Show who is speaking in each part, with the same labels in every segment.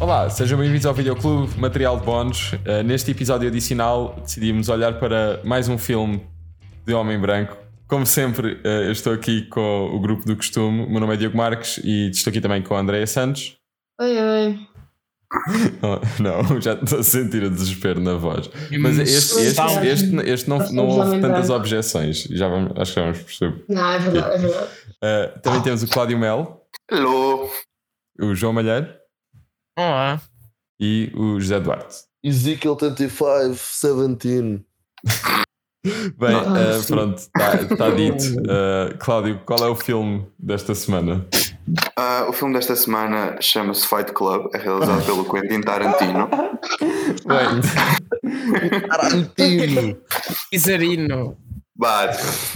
Speaker 1: Olá, sejam bem-vindos ao Videoclube Material de Bónus. Eh, neste episódio adicional decidimos olhar para mais um filme de Homem Branco. Como sempre, eh, eu estou aqui com o grupo do costume. O meu nome é Diogo Marques e estou aqui também com a Andréia Santos.
Speaker 2: Oi, oi.
Speaker 1: Oh, não, já estou a sentir o desespero na voz.
Speaker 2: Hum,
Speaker 1: Mas este, este,
Speaker 2: Salve.
Speaker 1: este, este não, não houve
Speaker 2: um- Homem
Speaker 1: tantas
Speaker 2: Branco.
Speaker 1: objeções. Já vamos, acho que já vamos perceber.
Speaker 2: Não, é verdade, é verdade.
Speaker 1: Eh, também temos o Cláudio Mel,
Speaker 3: Alô!
Speaker 1: o João Malheiro
Speaker 4: Olá.
Speaker 1: e o José Duarte.
Speaker 3: Ezekiel 35, 17.
Speaker 1: Bem,
Speaker 2: Não.
Speaker 1: eh,
Speaker 2: Sim.
Speaker 1: pronto, está dito. Eh, Cláudio, qual é o filme desta semana?
Speaker 3: Ah, o filme desta semana chama-se Fight Club, é realizado pelo Quentin Tarantino.
Speaker 1: Bem,
Speaker 3: Tarantino!
Speaker 4: Isarino.
Speaker 3: But,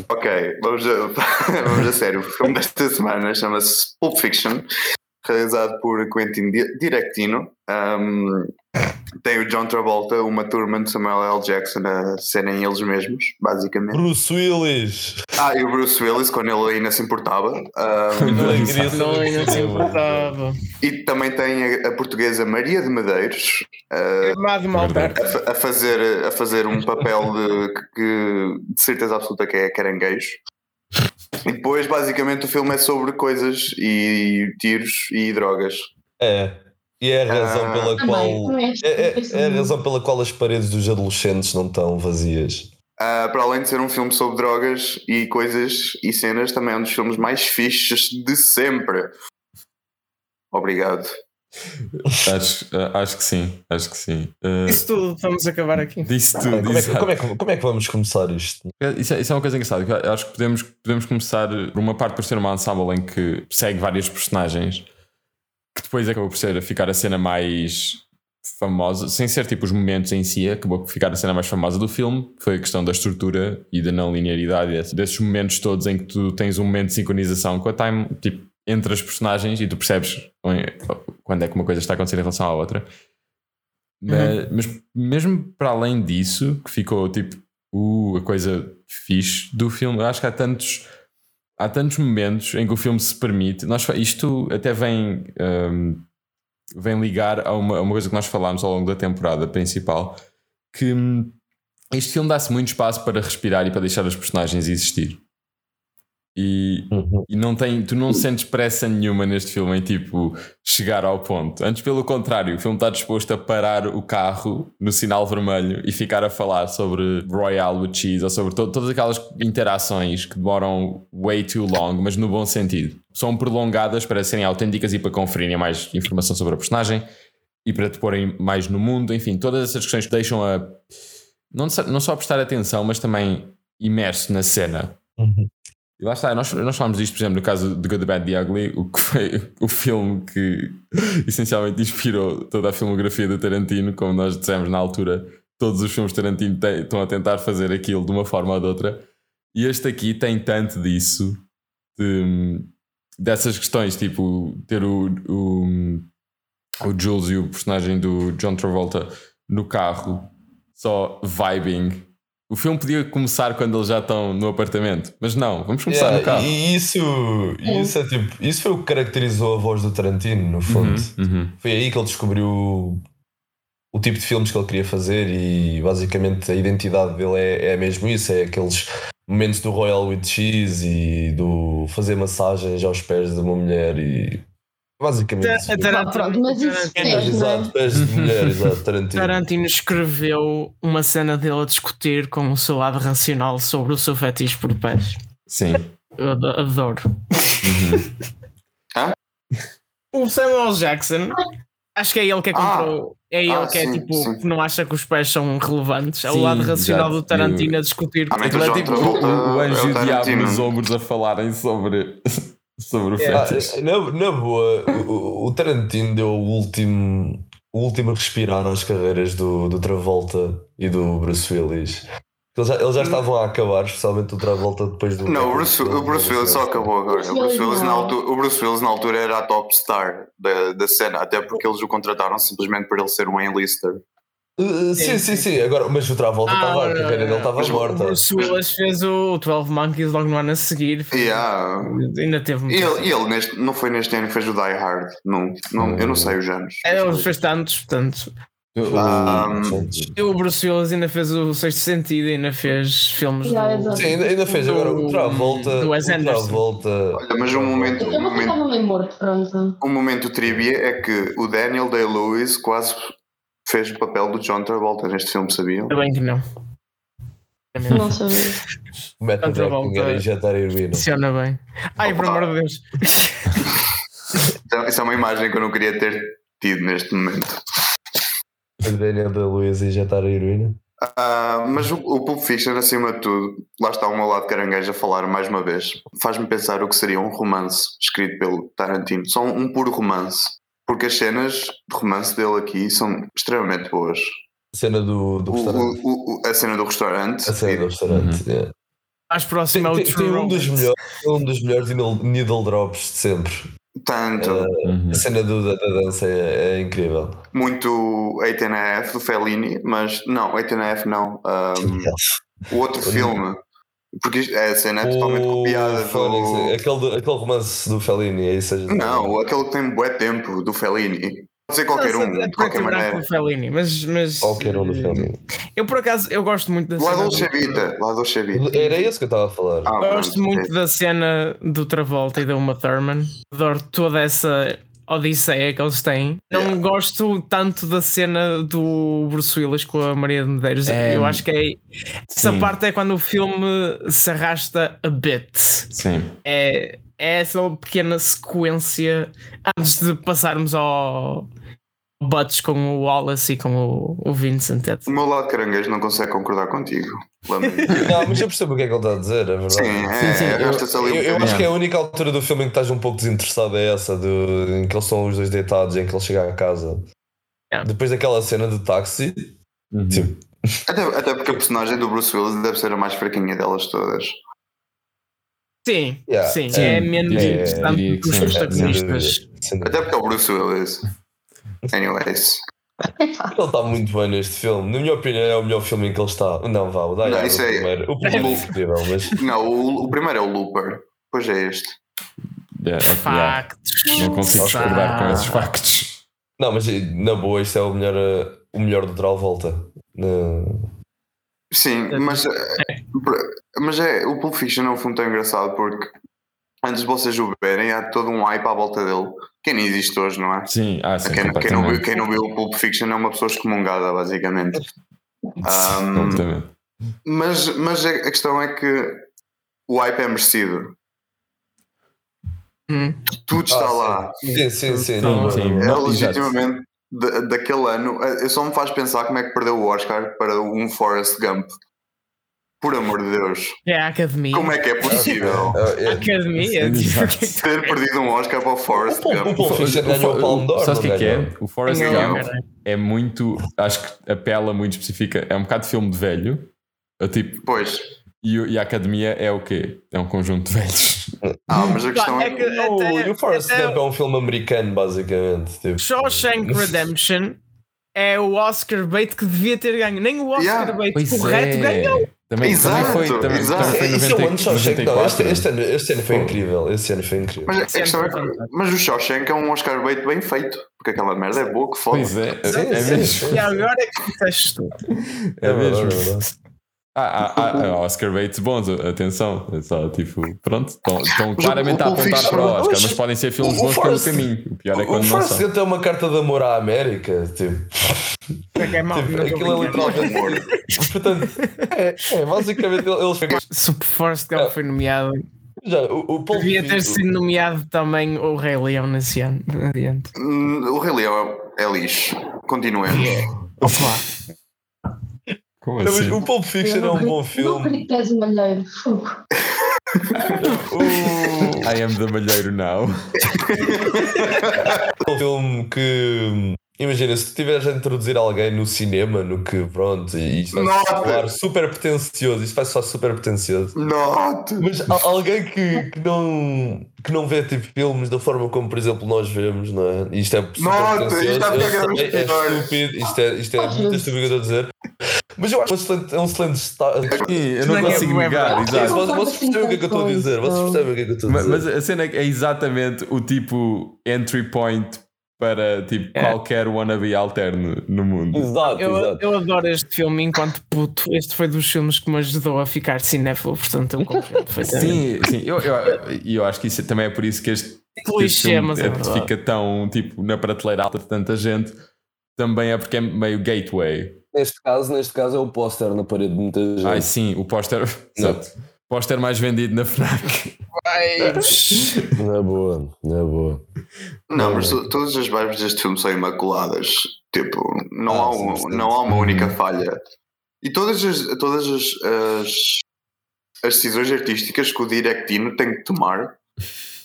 Speaker 3: ok, vamos a, vamos a sério. O filme desta semana chama-se Pulp Fiction, realizado por Quentin Di- Directino. Ahm, tem o John Travolta, uma turma de Samuel L. Jackson a serem eles mesmos, basicamente.
Speaker 5: Bruce Willis.
Speaker 3: Ah, e o Bruce Willis, quando ele ainda se importava. Ahm,
Speaker 5: Não é criança,
Speaker 4: Não, eu não se importava.
Speaker 3: E também tem a, a portuguesa Maria de Medeiros
Speaker 4: Amado Malberto.
Speaker 3: a, fa- a fazer, a fazer um papel de, que, de certeza absoluta que é caranguejo. E depois, basicamente, o filme é sobre coisas e tiros e drogas.
Speaker 5: É. E é a razão
Speaker 3: Ah.
Speaker 5: pela qual.
Speaker 2: Também,
Speaker 5: É, é- é a razão pela qual as paredes dos adolescentes não estão vazias.
Speaker 3: Ah, para além de ser um filme sobre drogas e coisas e cenas, também é um dos filmes mais fixes de sempre. Obrigado.
Speaker 1: acho, eh, acho que sim, acho que sim.
Speaker 3: é.
Speaker 1: Eh,
Speaker 4: Isso tudo, vamos acabar aqui.
Speaker 1: disse
Speaker 5: Como é,
Speaker 1: tudo,
Speaker 5: que-
Speaker 1: exato.
Speaker 5: como é que, como é que vamos começar isto?
Speaker 1: Isso é, isso é uma coisa engraçada. que eu Acho que podemos, podemos começar por uma parte por ser uma ensemble em que segue várias personagens, que depois acabou por ser, ficar a cena mais famosa, sem ser tipo os momentos em si, acabou por ficar a cena mais famosa do filme, que foi a questão da estrutura e da não linearidade, desse- desses momentos todos em que tu tens um momento de sincronização com a time, tipo, entre as personagens e tu percebes em- quando é que uma coisa está a acontecer em relação à outra. Mas, mas mesmo para além disso, que ficou tipo uh, a coisa fixe do filme, eu acho que há tantos há tantos momentos em que o filme se permite. Nós, fa- isto até vem hum, vem ligar a uma, a uma coisa que nós falámos ao longo da temporada principal, que hum, este filme dá-se muito espaço para respirar e para deixar os personagens existir. E, e não tem, tu não sentes pressa nenhuma neste filme em tipo chegar ao ponto. Antes, pelo contrário, o filme está disposto a parar o carro no sinal vermelho e ficar a falar sobre Royal with Cheese ou sobre to- todas aquelas interações que demoram way too long, mas no bom sentido. São prolongadas para serem autênticas e para conferirem mais informação sobre a personagem e para te porem mais no mundo. Enfim, todas essas questões que deixam a. Não, só- não só prestar atenção, mas também imerso na cena.
Speaker 5: Uhum.
Speaker 1: E lá está, nós, nós falámos disto, por exemplo, no caso de Good, the Bad, The Ugly, o que foi o filme que essencialmente inspirou toda a filmografia do Tarantino, como nós dissemos na altura, todos os filmes de Tarantino te- estão a tentar fazer aquilo de uma forma ou de outra, e este aqui tem tanto disso, de- dessas questões, tipo, ter o, o, o Jules e o personagem do John Travolta no carro, só vibing. O filme podia começar quando eles já estão no apartamento, mas não, vamos começar
Speaker 5: Yeah,
Speaker 1: no carro.
Speaker 5: e isso, e isso é tipo, isso foi o que caracterizou a voz do Tarantino, no fundo.
Speaker 1: Uhum, uhum.
Speaker 5: Foi aí que ele descobriu o tipo de filmes que ele queria fazer e basicamente a identidade dele é, é mesmo isso, é aqueles momentos do Royal with Cheese e do fazer massagens aos pés de uma mulher e basicamente isso.
Speaker 4: Ta- Tarantino-
Speaker 2: Ah, Pronto, mas isso
Speaker 4: Tarantino-
Speaker 2: é-
Speaker 5: Exato, pés de mulher, exato, Tarantino.
Speaker 4: Tarantino escreveu uma cena dele a discutir com o seu lado racional sobre o seu fetiche por pés.
Speaker 1: Sim.
Speaker 4: Eu ad- adoro.
Speaker 1: Uhum.
Speaker 3: Ah?
Speaker 4: O Samuel Jackson, acho que é ele que é
Speaker 3: Ah.
Speaker 4: comprou. é ele
Speaker 3: Ah,
Speaker 4: que é
Speaker 3: sim,
Speaker 4: tipo,
Speaker 3: sim.
Speaker 4: que não acha que os pés são relevantes. É o
Speaker 1: Sim,
Speaker 4: lado racional
Speaker 1: exato.
Speaker 4: do Tarantino a discutir.
Speaker 3: Também
Speaker 1: Aquilo é
Speaker 3: John
Speaker 1: tipo o, o
Speaker 3: Travolta é o
Speaker 1: anjo e o diabo
Speaker 3: Tarantino.
Speaker 1: nos ombros a falarem sobre, sobre
Speaker 4: É.
Speaker 1: o
Speaker 5: Ah,
Speaker 1: fetiche.
Speaker 5: na, na boa, o, o Tarantino deu o último, o último respirar às carreiras do, do Travolta e do Bruce Willis. Eles já, eles já estavam a acabar, especialmente o Travolta depois do.
Speaker 3: Não, o Bruce, o Bruce Willis só acabou agora. O Bruce Willis, na altura, o Bruce Willis na altura era a top star da, da cena, até porque eles o contrataram simplesmente por ele ser um enlister.
Speaker 5: Uh, sim, sim, sim. Agora, mas o Travolta
Speaker 4: Ah,
Speaker 5: estava, a
Speaker 4: não, não,
Speaker 5: carreira dele
Speaker 4: não.
Speaker 5: estava
Speaker 3: Mas-
Speaker 5: morta.
Speaker 4: O Bruce Willis fez o 12 Monkeys logo no ano a seguir. Foi-
Speaker 3: Yeah.
Speaker 4: Ainda teve muito.
Speaker 3: Ele, ele neste, não foi neste ano que fez o Die Hard. Não, não, eu não sei os anos.
Speaker 4: É, Ele fez tantos, portanto.
Speaker 3: Ah,
Speaker 4: um E O Bruce Willis ainda fez o Sexto Sentido, ainda fez filmes
Speaker 2: Já,
Speaker 4: do...
Speaker 2: exato.
Speaker 5: Sim, ainda, ainda fez.
Speaker 4: Do-
Speaker 5: Agora o Travolta.
Speaker 4: um do Wes
Speaker 5: o
Speaker 4: Anderson.
Speaker 5: Travolta.
Speaker 3: Olha, mas um momento,
Speaker 2: Eu
Speaker 3: um
Speaker 2: vou ficar
Speaker 3: momento,
Speaker 2: no meio morto, pronto.
Speaker 3: um momento trivia é que o Daniel Day-Lewis quase fez o papel do John Travolta neste filme, sabiam?
Speaker 4: Ainda bem que não. É Também não
Speaker 2: Não sabia.
Speaker 5: Mete o
Speaker 4: Travolta.
Speaker 5: Dragon e já está a ir
Speaker 4: Funciona bem. Ai, por amor de Deus.
Speaker 3: Então, Isso é uma imagem que eu não queria ter tido neste momento.
Speaker 5: O Daniel da Luiz e já está a heroína.
Speaker 3: Ah, mas o, o Pulp Fiction, acima de tudo, lá está o meu lado caranguejo a falar mais uma vez, faz-me pensar o que seria um romance escrito pelo Tarantino. Só um, um puro romance. Porque as cenas de romance dele aqui são extremamente boas.
Speaker 5: Cena do, do
Speaker 3: O-
Speaker 5: restaurante.
Speaker 3: o- o- a cena do restaurante.
Speaker 5: A cena do restaurante.
Speaker 3: uhum.
Speaker 5: é.
Speaker 4: Mais
Speaker 5: Tem,
Speaker 4: próximo é o
Speaker 5: tem,
Speaker 4: True
Speaker 5: tem um
Speaker 4: Romance.
Speaker 5: dos melhores, tem um dos melhores needle, needle drops de sempre. Ah,
Speaker 3: Tanto.
Speaker 1: Uhum.
Speaker 5: A
Speaker 3: é.
Speaker 5: cena do- da, da dança é, é incrível.
Speaker 3: muito 8 and a Half do Fellini, mas não, 8 and a Half não. ahm, o outro filme. Porque isto- é, a cena é totalmente
Speaker 5: O é
Speaker 3: copiada
Speaker 5: Phoenix,
Speaker 3: do.
Speaker 5: aquele, do- aquele romance do Fellini, é isso? seja-
Speaker 3: Não, aquele que tem bué tempo do Fellini. Pode ser qualquer
Speaker 4: Não sei,
Speaker 3: um,
Speaker 4: é
Speaker 3: de qualquer
Speaker 4: preto e branco
Speaker 3: maneira.
Speaker 4: do Fellini, mas, mas
Speaker 5: Qualquer um do
Speaker 4: eh,
Speaker 5: Fellini.
Speaker 4: Eu por acaso eu gosto muito da
Speaker 3: Lá
Speaker 4: cena.
Speaker 3: Dolce Vita, lá Dolce Vita.
Speaker 5: Era isso que eu estava a falar.
Speaker 3: Ah,
Speaker 4: Eu gosto
Speaker 3: pronto,
Speaker 4: muito
Speaker 3: é.
Speaker 4: da cena do Travolta e da Uma Thurman. Adoro toda essa odisseia que eles têm. Não
Speaker 3: Yeah.
Speaker 4: gosto tanto da cena do Bruce Willis com a Maria de Medeiros.
Speaker 1: É,
Speaker 4: Eu acho que é. Essa
Speaker 1: sim.
Speaker 4: parte é quando o filme se arrasta a bit.
Speaker 1: Sim.
Speaker 4: É, é essa pequena sequência antes de passarmos ao Butts com o Wallace e com o, o Vincent. etc.
Speaker 3: O meu lado caranguejo não consegue concordar contigo. Lamento.
Speaker 5: Não, mas eu percebo o que é que ele está a dizer, é verdade.
Speaker 3: Sim, é,
Speaker 1: sim, eu-
Speaker 3: arrasta-se ali
Speaker 5: Eu,
Speaker 3: um
Speaker 5: eu acho
Speaker 3: bocadinho.
Speaker 5: que é a única altura do filme em que estás um pouco desinteressado é essa, do, em que eles são os dois deitados, em que ele chega a casa.
Speaker 4: Yeah.
Speaker 5: Depois daquela cena do táxi,
Speaker 1: Uhum.
Speaker 5: Sim.
Speaker 3: Até, até porque a personagem do Bruce Willis deve ser a mais fraquinha delas todas.
Speaker 4: Sim,
Speaker 5: Yeah,
Speaker 4: sim,
Speaker 1: sim,
Speaker 4: é menos
Speaker 5: diria-
Speaker 4: interessante
Speaker 1: diria que
Speaker 4: dos
Speaker 1: sim.
Speaker 5: é,
Speaker 4: protagonistas.
Speaker 5: sem dúvida.
Speaker 3: Até porque é o Bruce Willis. Anyways.
Speaker 2: É
Speaker 5: Ele está muito bem neste filme. Na minha opinião, é o melhor filme em que ele está. Não, vá, o Die
Speaker 3: Não,
Speaker 5: Hard
Speaker 3: isso
Speaker 5: é o
Speaker 3: é-
Speaker 5: primeiro. O primeiro é
Speaker 3: Deve-
Speaker 5: incrível, mas
Speaker 3: Não, o, o primeiro é o Looper. Pois é este.
Speaker 1: Yeah, É, ok, yeah.
Speaker 4: Factos.
Speaker 1: Não consigo
Speaker 4: Factos.
Speaker 1: discordar com esses factos.
Speaker 5: Não, mas na boa, isto é o melhor, eh, o melhor do Travolta. Na-
Speaker 3: Sim,
Speaker 4: É.
Speaker 3: mas, eh, mas é, o Pulp Fiction é um filme tão engraçado porque antes de vocês o verem há todo um hype à volta dele que nem existe hoje, não é?
Speaker 1: Sim, ah, sim,
Speaker 3: Quem, quem, não viu,
Speaker 1: completamente.
Speaker 3: quem não viu o Pulp Fiction é uma pessoa excomungada, basicamente. Ahm,
Speaker 1: Completamente.
Speaker 3: mas, mas a a questão é que o hype é merecido.
Speaker 4: Hum.
Speaker 3: Tudo está
Speaker 5: Ah,
Speaker 3: lá.
Speaker 5: Sim, sim, sim.
Speaker 4: Sim,
Speaker 5: na boa,
Speaker 1: sim.
Speaker 5: na
Speaker 3: É
Speaker 5: boa.
Speaker 1: Não,
Speaker 3: legitimamente da- daquele ano. eh, eu Só me faz pensar como é que perdeu o Oscar para um Forrest Gump. Por amor de Deus.
Speaker 4: É a academia.
Speaker 3: Como é que é possível
Speaker 5: Ah,
Speaker 4: A
Speaker 5: é.
Speaker 4: academia. tipo,
Speaker 1: Exato.
Speaker 4: que-
Speaker 3: ter perdido um Oscar para o Forrest
Speaker 5: O
Speaker 3: Gump?
Speaker 5: Pulp Fiction ganhou o Palme d'Or.
Speaker 1: Sabes o que
Speaker 5: não
Speaker 1: é que
Speaker 5: ganhou?
Speaker 1: é? O Forrest
Speaker 4: Não,
Speaker 3: Gump.
Speaker 1: Gump
Speaker 4: cara.
Speaker 1: é muito. Acho que apela muito específica. É um bocado de filme de velho. Eu, tipo,
Speaker 3: Pois.
Speaker 1: e, o- e a academia é o quê? É um conjunto de velhos.
Speaker 3: Ah, mas a questão
Speaker 4: É
Speaker 3: é.
Speaker 4: que até-
Speaker 5: O- O Forrest
Speaker 4: até-
Speaker 5: Gump é um filme americano, basicamente. tipo.
Speaker 4: Shawshank Redemption é o Oscar bait que devia ter ganho. Nem o Oscar
Speaker 3: Yeah.
Speaker 4: bait
Speaker 1: é.
Speaker 4: correto ganhou.
Speaker 1: Também,
Speaker 3: Exato,
Speaker 1: também foi, também,
Speaker 3: exato.
Speaker 1: também foi
Speaker 5: É, Isso é um ano de
Speaker 1: 90,
Speaker 5: Shawshank. não, Este
Speaker 1: 94.
Speaker 5: este ano- este
Speaker 1: né?
Speaker 5: ano foi incrível. Este ano foi incrível.
Speaker 3: Mas, a questão é que- mas o Shawshank é um Oscar bait bem feito. Porque aquela merda é boa que foda.
Speaker 1: Pois é,
Speaker 5: Sim,
Speaker 1: é
Speaker 5: sim,
Speaker 1: mesmo.
Speaker 5: sim.
Speaker 4: E agora é que disseste tu.
Speaker 1: É
Speaker 5: verdade,
Speaker 1: mesmo.
Speaker 5: verdade.
Speaker 1: Ah, ah, ah, ah, Oscar Bates bons, atenção. É só tipo, pronto, estão- estão
Speaker 3: o-
Speaker 1: claramente a
Speaker 3: o
Speaker 1: apontar
Speaker 3: Fiction-
Speaker 1: para o Oscar,
Speaker 5: Oxe,
Speaker 1: mas podem ser filmes
Speaker 5: o- o
Speaker 1: bons pelo
Speaker 5: Forrest-
Speaker 1: caminho. O pior é
Speaker 5: O
Speaker 1: quando não
Speaker 5: Forrest
Speaker 1: são.
Speaker 5: Gump é uma carta de amor à América. Tipo.
Speaker 4: É que é mau,
Speaker 5: Tipo,
Speaker 4: não estou
Speaker 5: aquilo é
Speaker 4: brincando.
Speaker 5: literalmente amor. Portanto, é, é, basicamente eles ficam.
Speaker 4: Se o Forrest Gump foi nomeado,
Speaker 5: Já, o, o Pulp
Speaker 4: devia ter
Speaker 5: Fiction-
Speaker 4: sido nomeado também o Rei Leão nesse ano. Adiante.
Speaker 3: Hum, O Rei Leão é lixo. Continuemos.
Speaker 4: Opa,
Speaker 1: Como
Speaker 5: Não, mas
Speaker 1: assim?
Speaker 5: o Pulp Fiction é um bom
Speaker 2: Não
Speaker 5: filme.
Speaker 2: acredito que és um malheiro. Fogo.
Speaker 5: O,
Speaker 1: I am the Malheiro now.
Speaker 5: o filme É um que Imagina, se tu tiveres a introduzir alguém no cinema, no que pronto, e isto vai
Speaker 3: Nota.
Speaker 5: soar super pretencioso, isto vai soar super pretencioso.
Speaker 3: Note!
Speaker 5: Mas há alguém que, que, não, que não vê tipo, filmes da forma como, por exemplo, nós vemos, não é? E Isto é super
Speaker 3: Nota,
Speaker 5: pretencioso,
Speaker 3: isto é porque
Speaker 5: eu sei,
Speaker 3: éramos
Speaker 5: é,
Speaker 3: piores.
Speaker 5: estúpido, isto é, isto é
Speaker 2: Ah,
Speaker 5: muito
Speaker 2: Jesus.
Speaker 5: estúpido o que eu estou a dizer. Mas eu acho que é um excelente, é um excelente estado.
Speaker 1: Sim, eu não
Speaker 4: Não é
Speaker 1: consigo
Speaker 4: que é
Speaker 1: negar,
Speaker 2: verdade.
Speaker 1: exato.
Speaker 5: Vocês vocês percebem o que é que eu estou a dizer? Vocês percebem o que é que eu estou a
Speaker 1: Ma-
Speaker 5: dizer?
Speaker 1: Mas a cena é que é exatamente o tipo entry point para tipo
Speaker 4: É.
Speaker 1: qualquer wannabe alterno no mundo.
Speaker 5: Exato,
Speaker 4: Eu,
Speaker 5: exato.
Speaker 4: eu adoro este filme enquanto puto. Este foi dos filmes que me ajudou a ficar cinéfilo, portanto eu compreendo perfeitamente.
Speaker 1: Sim, sim, eu, eu, e eu acho que isso também é por isso que este, este
Speaker 4: clichê,
Speaker 1: filme
Speaker 4: mas é
Speaker 1: é-
Speaker 4: verdade.
Speaker 1: fica tão tipo na prateleira alta de tanta gente, também é porque é meio gateway.
Speaker 5: Neste caso, neste caso é o póster na parede de muita gente.
Speaker 1: Ai sim, o póster. Exato. Póster mais vendido na FNAC.
Speaker 5: Na boa, na boa.
Speaker 3: Não, mas to- todas as vibes deste filme são imaculadas. Tipo, não,
Speaker 5: Ah,
Speaker 3: há,
Speaker 5: sim,
Speaker 3: um-
Speaker 5: bastante.
Speaker 3: não há uma única
Speaker 1: Uhum.
Speaker 3: falha. E todas as, todas as, as, as decisões artísticas que o Directino tem que tomar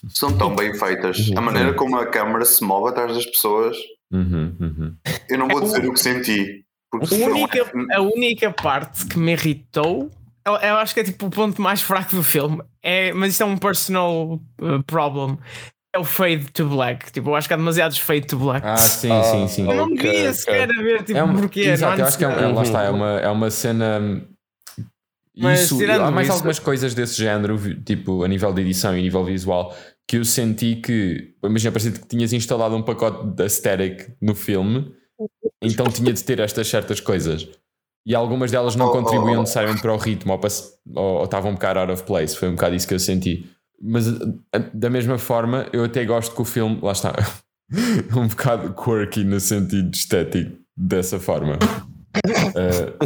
Speaker 3: são tão bem feitas. A maneira como a câmera se move atrás das pessoas,
Speaker 1: Uhum, uhum.
Speaker 3: eu não vou
Speaker 4: É
Speaker 3: dizer o que senti. Porque
Speaker 4: A
Speaker 3: não é-
Speaker 4: única, a única parte que me irritou, eu, eu acho que é tipo o ponto mais fraco do filme, é, mas isto é um personal uh, problem. É o fade to black. Tipo, eu acho que há demasiados fade to black.
Speaker 1: Ah, sim,
Speaker 5: Ah,
Speaker 1: sim, sim.
Speaker 4: eu não
Speaker 5: ok,
Speaker 4: queria
Speaker 5: ok.
Speaker 4: sequer a ver tipo,
Speaker 1: É uma,
Speaker 4: porquê.
Speaker 1: exato,
Speaker 4: não há
Speaker 1: eu acho que é, é-
Speaker 4: necessidade.
Speaker 1: lá está, é uma, é uma cena. hum,
Speaker 4: Mas
Speaker 1: Isso,
Speaker 4: tirando
Speaker 1: há mais
Speaker 4: isso-
Speaker 1: algumas coisas desse género, vi- tipo a nível de edição e a nível visual, que eu senti que, imagina, parecia que tinhas instalado um pacote de aesthetic no filme, então tinha de ter estas certas coisas. E algumas delas não
Speaker 3: Oh,
Speaker 1: contribuíam
Speaker 3: oh, oh.
Speaker 1: necessariamente para o ritmo, ou, pass- ou- ou estavam um bocado out of place, foi um bocado isso que eu senti. Mas a- da mesma forma, eu até gosto que o filme, lá está, um bocado quirky no sentido estético, dessa forma. Eh,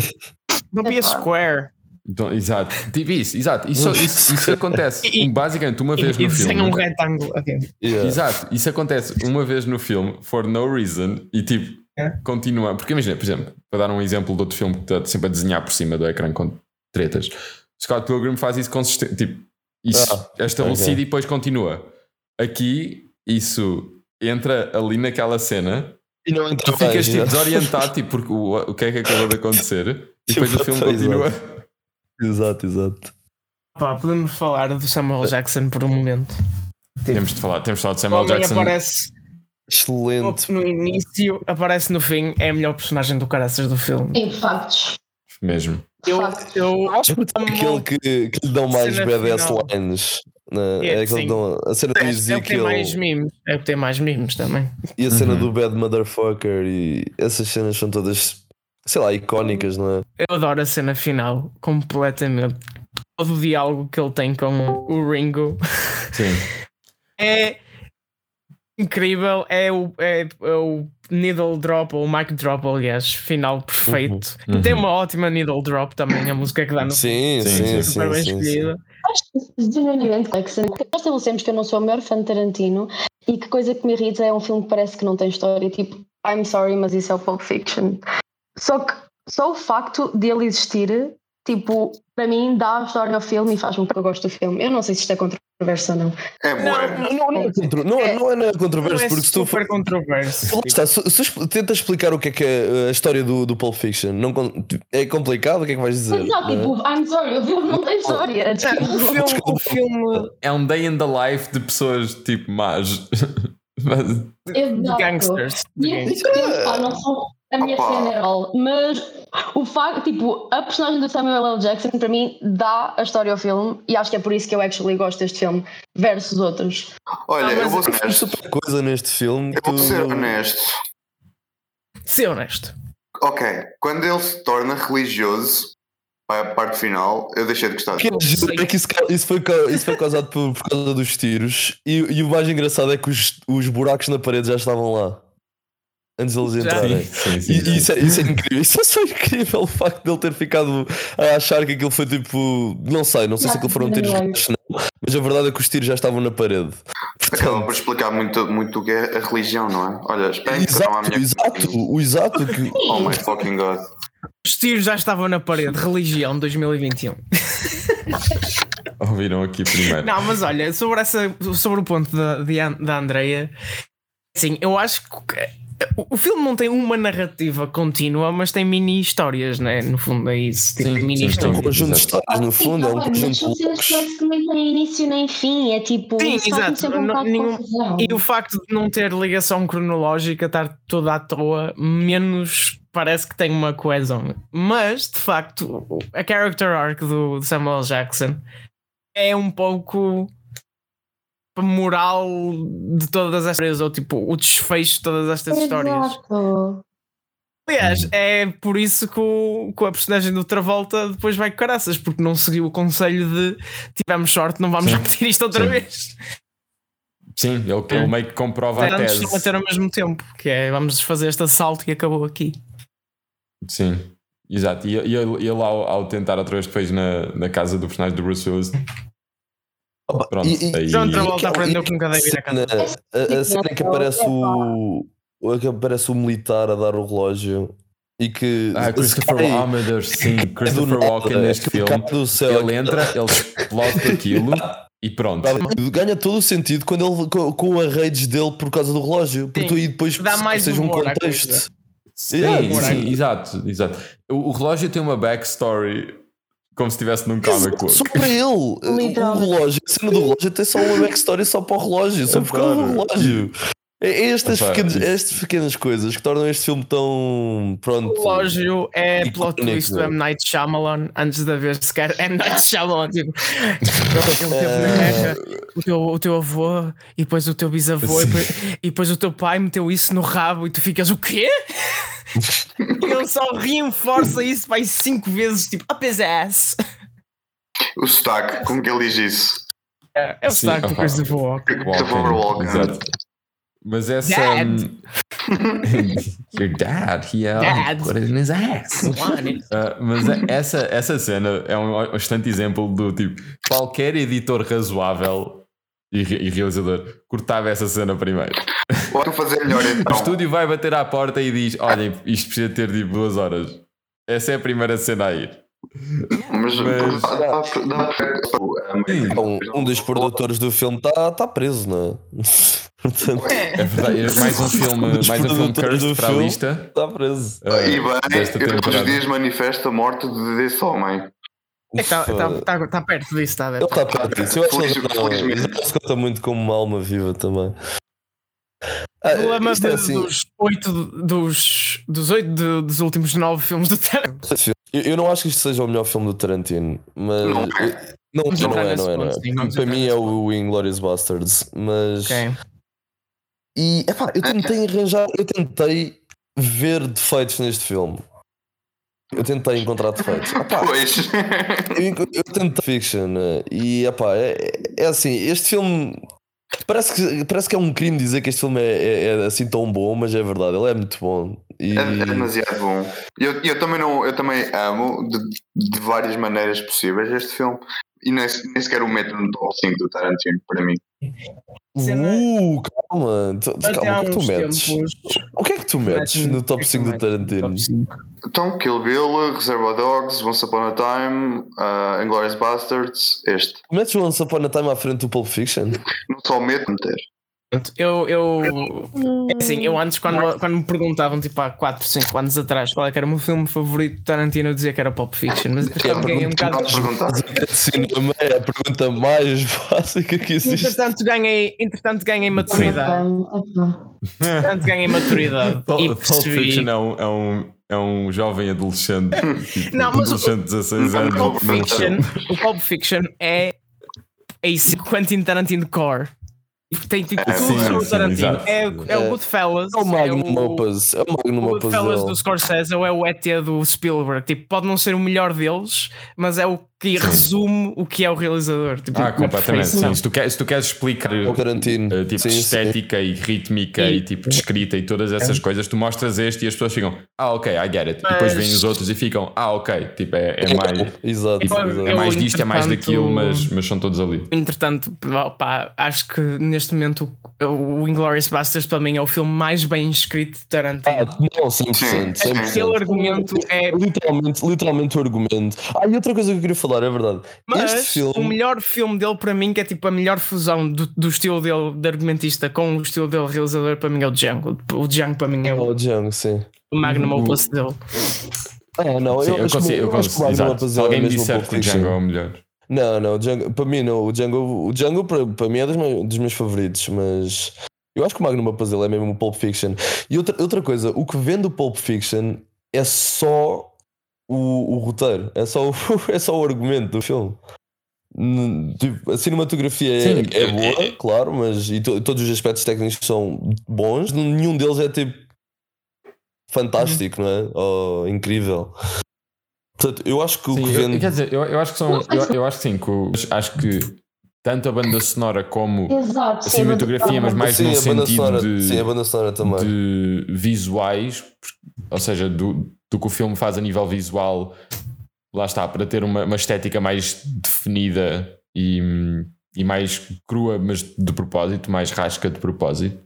Speaker 4: Não be a square.
Speaker 1: então, exato, tipo isso, exato. Isso, isso, isso acontece
Speaker 4: E-
Speaker 1: basicamente uma
Speaker 4: E,
Speaker 1: vez
Speaker 4: e
Speaker 1: no
Speaker 4: desenha
Speaker 1: filme.
Speaker 4: um retângulo. Ok.
Speaker 5: Yeah.
Speaker 1: Exato, isso acontece uma vez no filme, for no reason, e tipo,
Speaker 4: É.
Speaker 1: continua. Porque imagina, por exemplo, para dar um exemplo de outro filme que está sempre a desenhar por cima do ecrã com tretas, Scott Pilgrim faz isso consistente, tipo, isso é estabelecido
Speaker 5: Ah, ok.
Speaker 1: e depois continua. Aqui, isso entra ali naquela cena
Speaker 5: E não entra
Speaker 1: Tu ficas tipo,
Speaker 5: yeah.
Speaker 1: desorientado, tipo, porque o, o que é que acabou de acontecer? E depois o filme
Speaker 5: Exato.
Speaker 1: continua.
Speaker 5: Exato, exato.
Speaker 4: Pá, podemos falar do Samuel Jackson por um momento.
Speaker 1: Temos de falar, temos de falar de
Speaker 4: O
Speaker 1: Samuel
Speaker 4: homem
Speaker 1: Jackson.
Speaker 4: aparece
Speaker 5: Excelente.
Speaker 4: no início, aparece no fim, é a melhor personagem do caraças do filme.
Speaker 2: E factos.
Speaker 1: Mesmo.
Speaker 4: Eu,
Speaker 2: Factos.
Speaker 4: eu acho que é
Speaker 5: Aquele que, que lhe dão mais
Speaker 4: Tipo, tá Cena
Speaker 5: badass
Speaker 4: final.
Speaker 5: lines. né?
Speaker 4: Yeah,
Speaker 5: é aquele
Speaker 4: sim.
Speaker 5: que dão, a cena do
Speaker 4: é o que tem
Speaker 5: Ezekiel
Speaker 4: mais mimos. É o que tem mais mimos também.
Speaker 5: e a cena
Speaker 1: Uhum.
Speaker 5: do Bad Motherfucker e essas cenas são todas, sei lá, icónicas, não é?
Speaker 4: Eu adoro a cena final completamente. Todo o diálogo que ele tem com o Ringo
Speaker 1: Sim.
Speaker 4: é incrível. É o, é, é o needle drop, ou mic drop, aliás, final perfeito.
Speaker 1: Uhum, uhum.
Speaker 4: Tem uma ótima needle drop também, a música que dá no
Speaker 5: Sim,
Speaker 1: Sim,
Speaker 5: sim, sim.
Speaker 1: sim.
Speaker 4: super bem
Speaker 5: sim, sim.
Speaker 4: escolhida.
Speaker 2: Acho que genuinamente Jackson. Nós estabelecemos que eu não sou a maior fã de Tarantino e que coisa que me irrita é um filme que parece que não tem história. Tipo, I'm sorry, mas isso é o Pulp Fiction. Só que só o facto de ele existir, tipo, para mim dá a história ao filme e faz-me que eu gosto do filme. Eu não sei se isto é controverso ou não.
Speaker 3: É bué.
Speaker 4: Não, não, não, não,
Speaker 5: Contro- Não,
Speaker 2: É-
Speaker 5: não é nada controverso,
Speaker 4: é
Speaker 5: porque se tu for-
Speaker 4: super controverso. tipo,
Speaker 5: Lá está, se, se expl- tenta explicar o que é que é uh, a história do, do Pulp Fiction. Não, con- é complicado, o que é que vais dizer?
Speaker 2: Mas não,
Speaker 5: não é?
Speaker 2: tipo, I'm sorry, o filme não tem história. tipo,
Speaker 4: É, O filme, o filme
Speaker 1: É um day in the life de pessoas tipo más.
Speaker 4: de
Speaker 2: Exato.
Speaker 4: gangsters. de
Speaker 2: E eu,
Speaker 4: gangsters.
Speaker 2: tipo, pá, não sou a minha
Speaker 3: Opa.
Speaker 2: cena all, mas o facto, tipo, a personagem do Samuel L. Jackson para mim dá a história ao filme e acho que é por isso que eu actually gosto deste filme versus outros.
Speaker 3: Olha,
Speaker 4: Não,
Speaker 3: eu
Speaker 4: mas
Speaker 3: vou
Speaker 5: Tu
Speaker 3: ser
Speaker 5: fazes
Speaker 3: honesto.
Speaker 5: super coisa neste filme.
Speaker 3: Eu vou
Speaker 5: tu-
Speaker 3: ser honesto.
Speaker 4: Ser honesto.
Speaker 3: Ok, quando ele se torna religioso, para a parte final, eu deixei de gostar.
Speaker 5: O que é giro é que isso, ca- isso foi, ca- isso foi causado por, por causa dos tiros. E, e o mais engraçado é que os, os buracos na parede já estavam lá antes deles
Speaker 4: Já.
Speaker 5: entrarem.
Speaker 1: sim,
Speaker 5: E- E, isso, é, isso é incrível, isso é só incrível o facto de ele ter ficado a achar que aquilo foi tipo. Não sei, não sei se aquilo foram tiros reais, não, mas a verdade é que os tiros já estavam na parede.
Speaker 3: Acaba
Speaker 5: Portanto,
Speaker 3: por explicar muito, muito o que é a religião, não é? Olha, espera que não há a
Speaker 5: exato,
Speaker 3: minha.
Speaker 5: exato, o exato que.
Speaker 3: Oh my fucking god.
Speaker 4: Os tiros já estavam na parede. Religião 2021.
Speaker 1: Ouviram aqui primeiro.
Speaker 4: Não, mas olha, sobre, essa, sobre o ponto da, de An- da Andreia, Sim, assim, eu acho que o- o filme não tem uma narrativa contínua, mas tem mini histórias, né? No fundo é isso. Tipo,
Speaker 1: Sim,
Speaker 4: mini
Speaker 1: sim,
Speaker 5: É um
Speaker 4: histórias.
Speaker 1: Exato.
Speaker 5: conjunto de
Speaker 2: Ah,
Speaker 5: histórias, no fundo, é um
Speaker 2: tá mas
Speaker 5: conjunto
Speaker 2: Assim, são
Speaker 5: de
Speaker 2: cenas
Speaker 5: looks.
Speaker 2: que nem têm início nem fim, é tipo.
Speaker 4: Sim,
Speaker 2: faz-me
Speaker 4: exato,
Speaker 2: sempre um
Speaker 4: não-
Speaker 2: bocado de
Speaker 4: nenhum-
Speaker 2: confusão.
Speaker 4: E o facto de não ter ligação cronológica, estar toda à toa, menos parece que tem uma coesão. Mas, de facto, o- a character arc do do Samuel Jackson é um pouco a moral de todas as histórias, ou tipo, o desfecho de todas
Speaker 2: É
Speaker 4: estas histórias.
Speaker 2: Exato.
Speaker 4: Aliás, é por isso que, o, que a personagem do Travolta depois vai com caraças, porque não seguiu o conselho de tivemos sorte, não vamos
Speaker 1: Sim.
Speaker 4: repetir isto outra
Speaker 1: Sim.
Speaker 4: vez.
Speaker 1: Sim, ele, ele meio que comprova a
Speaker 4: Era antes
Speaker 1: tese.
Speaker 4: de bater ao mesmo tempo, que é vamos fazer este assalto e acabou aqui.
Speaker 1: Sim, exato. E e ele, ele ao, ao tentar outra vez depois na, na casa do personagem do Bruce Willis,
Speaker 5: Opa,
Speaker 1: pronto. é
Speaker 5: e- e-
Speaker 1: aí-
Speaker 4: John Travolta
Speaker 5: aquela-
Speaker 4: aprendeu
Speaker 5: e
Speaker 4: com cada vez a
Speaker 5: é um cena-
Speaker 4: casa.
Speaker 5: a- a cena que aparece
Speaker 4: é
Speaker 5: o. a que aparece o militar a dar o relógio e que.
Speaker 1: Ah, Christopher
Speaker 5: cai-
Speaker 1: Walken, sim,
Speaker 5: cai É do
Speaker 1: Christopher
Speaker 5: nada,
Speaker 1: Walken neste
Speaker 5: que
Speaker 1: filme.
Speaker 5: cai do céu,
Speaker 1: Ele entra, ele explode aquilo e pronto.
Speaker 5: Ganha todo o sentido quando ele, com, com a rage dele por causa do relógio. Porque
Speaker 4: Sim.
Speaker 5: tu aí depois
Speaker 4: Dá mais
Speaker 5: seja um
Speaker 4: humor à
Speaker 5: contexto.
Speaker 4: coisa.
Speaker 1: Sim,
Speaker 5: Yeah,
Speaker 1: sim,
Speaker 4: morango.
Speaker 1: exato, exato. O, o relógio tem uma backstory como se estivesse num comic book.
Speaker 5: é Só para ele, eh, o
Speaker 2: Literal.
Speaker 5: relógio, a cena do relógio tem só uma backstory só para o relógio, só por causa do
Speaker 1: É Claro.
Speaker 5: relógio. É é estas,
Speaker 1: Opa,
Speaker 5: pequenas,
Speaker 1: isso-
Speaker 5: estas pequenas coisas que tornam este filme tão. Pronto.
Speaker 4: O relógio é
Speaker 5: E
Speaker 4: plot
Speaker 5: Nick
Speaker 4: twist do
Speaker 5: Drake.
Speaker 4: M. Night Shyamalan antes da vez sequer. M. Night Shyamalan, tipo. um o, teu, o, teu, o teu avô e depois o teu bisavô e depois, e depois o teu pai meteu isso no rabo e tu ficas o quê? e ele só reenforça isso mais cinco vezes, tipo, up his ass.
Speaker 3: O sotaque, como que ele diz isso?
Speaker 4: É é o
Speaker 1: Sim,
Speaker 4: sotaque do
Speaker 1: opa.
Speaker 4: Christopher Walken.
Speaker 3: Christopher Walken.
Speaker 1: Exato. Mas essa.
Speaker 4: Dad.
Speaker 1: hum, Your dad, he uh,
Speaker 4: Dad.
Speaker 1: put it in his ass. Uh, mas a- essa, essa cena é um bastante exemplo do tipo: qualquer editor razoável e, re- e realizador cortava essa cena primeiro.
Speaker 3: Pode é fazer melhor
Speaker 1: O
Speaker 3: então.
Speaker 1: estúdio vai bater à porta e diz: Olhem, isto precisa ter tipo duas horas. Essa é a primeira cena a ir.
Speaker 3: Mas,
Speaker 1: Mas-
Speaker 3: dá- dá- dá-
Speaker 1: Sim.
Speaker 5: Um, um dos produtores do filme está tá preso, não é? Portanto,
Speaker 1: É verdade. é Mais um filme,
Speaker 5: Dos
Speaker 1: mais um filme
Speaker 5: produtores
Speaker 1: cursed
Speaker 5: do
Speaker 1: para a
Speaker 5: filme.
Speaker 1: lista.
Speaker 5: está tá preso.
Speaker 1: uh,
Speaker 3: É, E bem,
Speaker 1: desta
Speaker 3: eu todos os
Speaker 1: temporada.
Speaker 3: dias manifesta a morte de- desse homem.
Speaker 4: Está
Speaker 5: Ufa.
Speaker 4: tá- perto disso, tá, está
Speaker 5: Ele está perto disso. Eu acho que
Speaker 3: Feliz-
Speaker 5: ele
Speaker 3: felizmente.
Speaker 5: não- ele se conta muito como uma alma viva também. Ah,
Speaker 4: O problema
Speaker 5: isto é
Speaker 4: de-
Speaker 5: assim,
Speaker 4: dos oito dos, dos, oito de- dos últimos nove filmes do Tarantino.
Speaker 5: é assim, eu, eu não acho que isto seja o melhor filme do Tarantino, mas.
Speaker 3: Não
Speaker 5: Não,
Speaker 3: é?
Speaker 5: não,
Speaker 4: Vamos entrar
Speaker 5: é,
Speaker 4: nesse
Speaker 5: não é, não é.
Speaker 4: ponto, sim, vamos
Speaker 5: Para
Speaker 4: entrar
Speaker 5: mim
Speaker 4: nesse
Speaker 5: é o Inglourious Bastards, mas.
Speaker 4: Ok.
Speaker 5: E epá, eu tentei arranjar, eu tentei ver defeitos neste filme. Eu tentei encontrar defeitos. Epá,
Speaker 3: Pois.
Speaker 5: eu, enco- eu tentei fiction né? e epá, é, é assim, este filme parece que, parece que é um crime dizer que este filme é, é- é assim tão bom, mas é verdade, ele é muito bom. E
Speaker 3: É, é demasiado bom. Eu, eu, também, não, eu também amo de, de várias maneiras possíveis este filme. E nem, nem sequer o metro no top 5 do Tarantino para mim.
Speaker 4: Cena-
Speaker 5: Uh, calma, tu- tu-
Speaker 4: Até há
Speaker 5: calma, o que é que tu
Speaker 4: uns
Speaker 5: metes?
Speaker 4: tempos.
Speaker 5: O que é que tu metes
Speaker 4: Mete-me-
Speaker 5: no
Speaker 4: o que
Speaker 5: top
Speaker 4: é que
Speaker 5: 5 do
Speaker 4: tu metes no
Speaker 5: Tarantino?
Speaker 4: top cinco?
Speaker 3: Então, Kill Bill, Reserva Dogs, Once Upon a Time, uh, Inglourious Bastards, este.
Speaker 5: Tu metes o Once Upon a Time à frente do Pulp Fiction?
Speaker 3: Não só meto meter.
Speaker 4: Portanto, Eu, eu, é assim, eu antes, quando, quando me perguntavam, tipo há 4, 5 anos atrás, qual é que era o meu filme favorito de Tarantino, eu dizia que era Pop Fiction, mas depois
Speaker 5: Eu
Speaker 4: também ganhei um
Speaker 5: pergunto-
Speaker 4: bocado
Speaker 3: Não perguntar.
Speaker 5: Cinema é a pergunta mais básica que existe.
Speaker 4: Entretanto ganhei, entretanto ganhei maturidade. Entretanto ganhei maturidade.
Speaker 1: Pulp
Speaker 4: e
Speaker 1: Pulp
Speaker 4: percebi.
Speaker 1: Fiction é um, é um, é um jovem adolescente. tipo,
Speaker 4: Não, mas o-
Speaker 1: adolescente de 16
Speaker 3: Não,
Speaker 1: anos.
Speaker 4: O Pulp
Speaker 1: num filme.
Speaker 4: Fiction, o Pulp Fiction é, é isso, Quentin Tarantino Core. Tem tipo
Speaker 3: É,
Speaker 4: tudo
Speaker 3: sim,
Speaker 4: sobre o
Speaker 1: sim,
Speaker 4: Tarantino.
Speaker 1: exato.
Speaker 4: É, é o Goodfellas.
Speaker 5: É o Magnum
Speaker 4: é o-
Speaker 5: Opus. É o
Speaker 4: o
Speaker 5: Magnum Opus
Speaker 4: Goodfellas do
Speaker 5: dele.
Speaker 4: Scorsese ou é o ET do Spielberg. Tipo, pode não ser o melhor deles, mas é o que resume o que é o realizador. Tipo,
Speaker 1: Ah,
Speaker 4: na
Speaker 1: completamente.
Speaker 4: perfeição.
Speaker 1: Sim. Se, tu queres, se tu queres explicar
Speaker 5: O Tarantino.
Speaker 1: eh, tipo
Speaker 5: Sim, sim.
Speaker 1: estética e rítmica e,
Speaker 4: E- É.
Speaker 1: tipo de escrita e todas essas coisas, tu mostras este e as pessoas ficam, ah, ok, I get it. E depois
Speaker 4: Mas-
Speaker 1: vêm os outros e ficam, ah, ok, tipo, é, é mais.
Speaker 5: Exato.
Speaker 1: É
Speaker 5: exato.
Speaker 4: Eu,
Speaker 1: mais disto, é mais
Speaker 4: entretanto-
Speaker 1: daquilo, mas, mas são todos ali.
Speaker 4: Entretanto, opá, acho que neste momento o, o Inglourious Basterds para mim é o filme mais bem escrito de
Speaker 5: Ah,
Speaker 4: Tarantino.
Speaker 5: não, 100%.
Speaker 3: Sim, sim.
Speaker 5: 100%.
Speaker 4: Aquele argumento é
Speaker 5: Literalmente, literalmente o argumento. Ah, e outra coisa que eu queria falar, é verdade.
Speaker 4: Mas
Speaker 5: este
Speaker 4: o
Speaker 5: filme.
Speaker 4: melhor filme dele para mim, que é tipo a melhor fusão do, do estilo dele de argumentista com o estilo dele realizador, para mim é o Django. O Django para mim é
Speaker 5: É
Speaker 4: o
Speaker 5: o Django, sim.
Speaker 1: Uhum.
Speaker 4: Magnum Opus dele.
Speaker 5: É, não,
Speaker 1: Sim,
Speaker 5: eu,
Speaker 1: eu
Speaker 5: acho,
Speaker 1: consigo.
Speaker 5: que,
Speaker 1: eu
Speaker 5: eu acho que o
Speaker 1: consigo-
Speaker 5: Magnum
Speaker 1: exato.
Speaker 5: Opus
Speaker 1: Se
Speaker 5: é
Speaker 1: alguém me
Speaker 5: mesmo o
Speaker 1: disser
Speaker 5: Pulp
Speaker 1: que o Django
Speaker 5: Fiction.
Speaker 1: é o melhor.
Speaker 5: Não, não, o Django, para mim não. O Django, o Django para, para mim é dos meus, dos meus favoritos, mas eu acho que o Magnum Opus ele é mesmo o Pulp Fiction. E outra, outra coisa, o que vende o Pulp Fiction é só o, o roteiro, é só o, é só o argumento do filme. N- tipo, a cinematografia é,
Speaker 1: Sim,
Speaker 5: é
Speaker 1: é-
Speaker 5: boa,
Speaker 1: é-
Speaker 5: claro, mas e to- todos os aspectos técnicos são bons, nenhum deles é tipo fantástico,
Speaker 1: Uhum.
Speaker 5: não é? Ou incrível. Portanto, eu acho que o que
Speaker 1: Sim, eu,
Speaker 5: vende.
Speaker 1: quer dizer, eu, eu acho que são. Eu, eu acho que sim, que o- acho que tanto a banda sonora como
Speaker 2: Exato.
Speaker 1: a
Speaker 2: sim, mas-
Speaker 5: é
Speaker 1: cinematografia, mas mais num
Speaker 5: a banda
Speaker 1: sentido
Speaker 5: sonora,
Speaker 1: de,
Speaker 5: sim, a banda sonora também.
Speaker 1: de visuais, ou seja, do, do que o filme faz a nível visual, lá está, para ter uma, uma estética mais definida e, e mais crua, mas de propósito, mais rasca de propósito.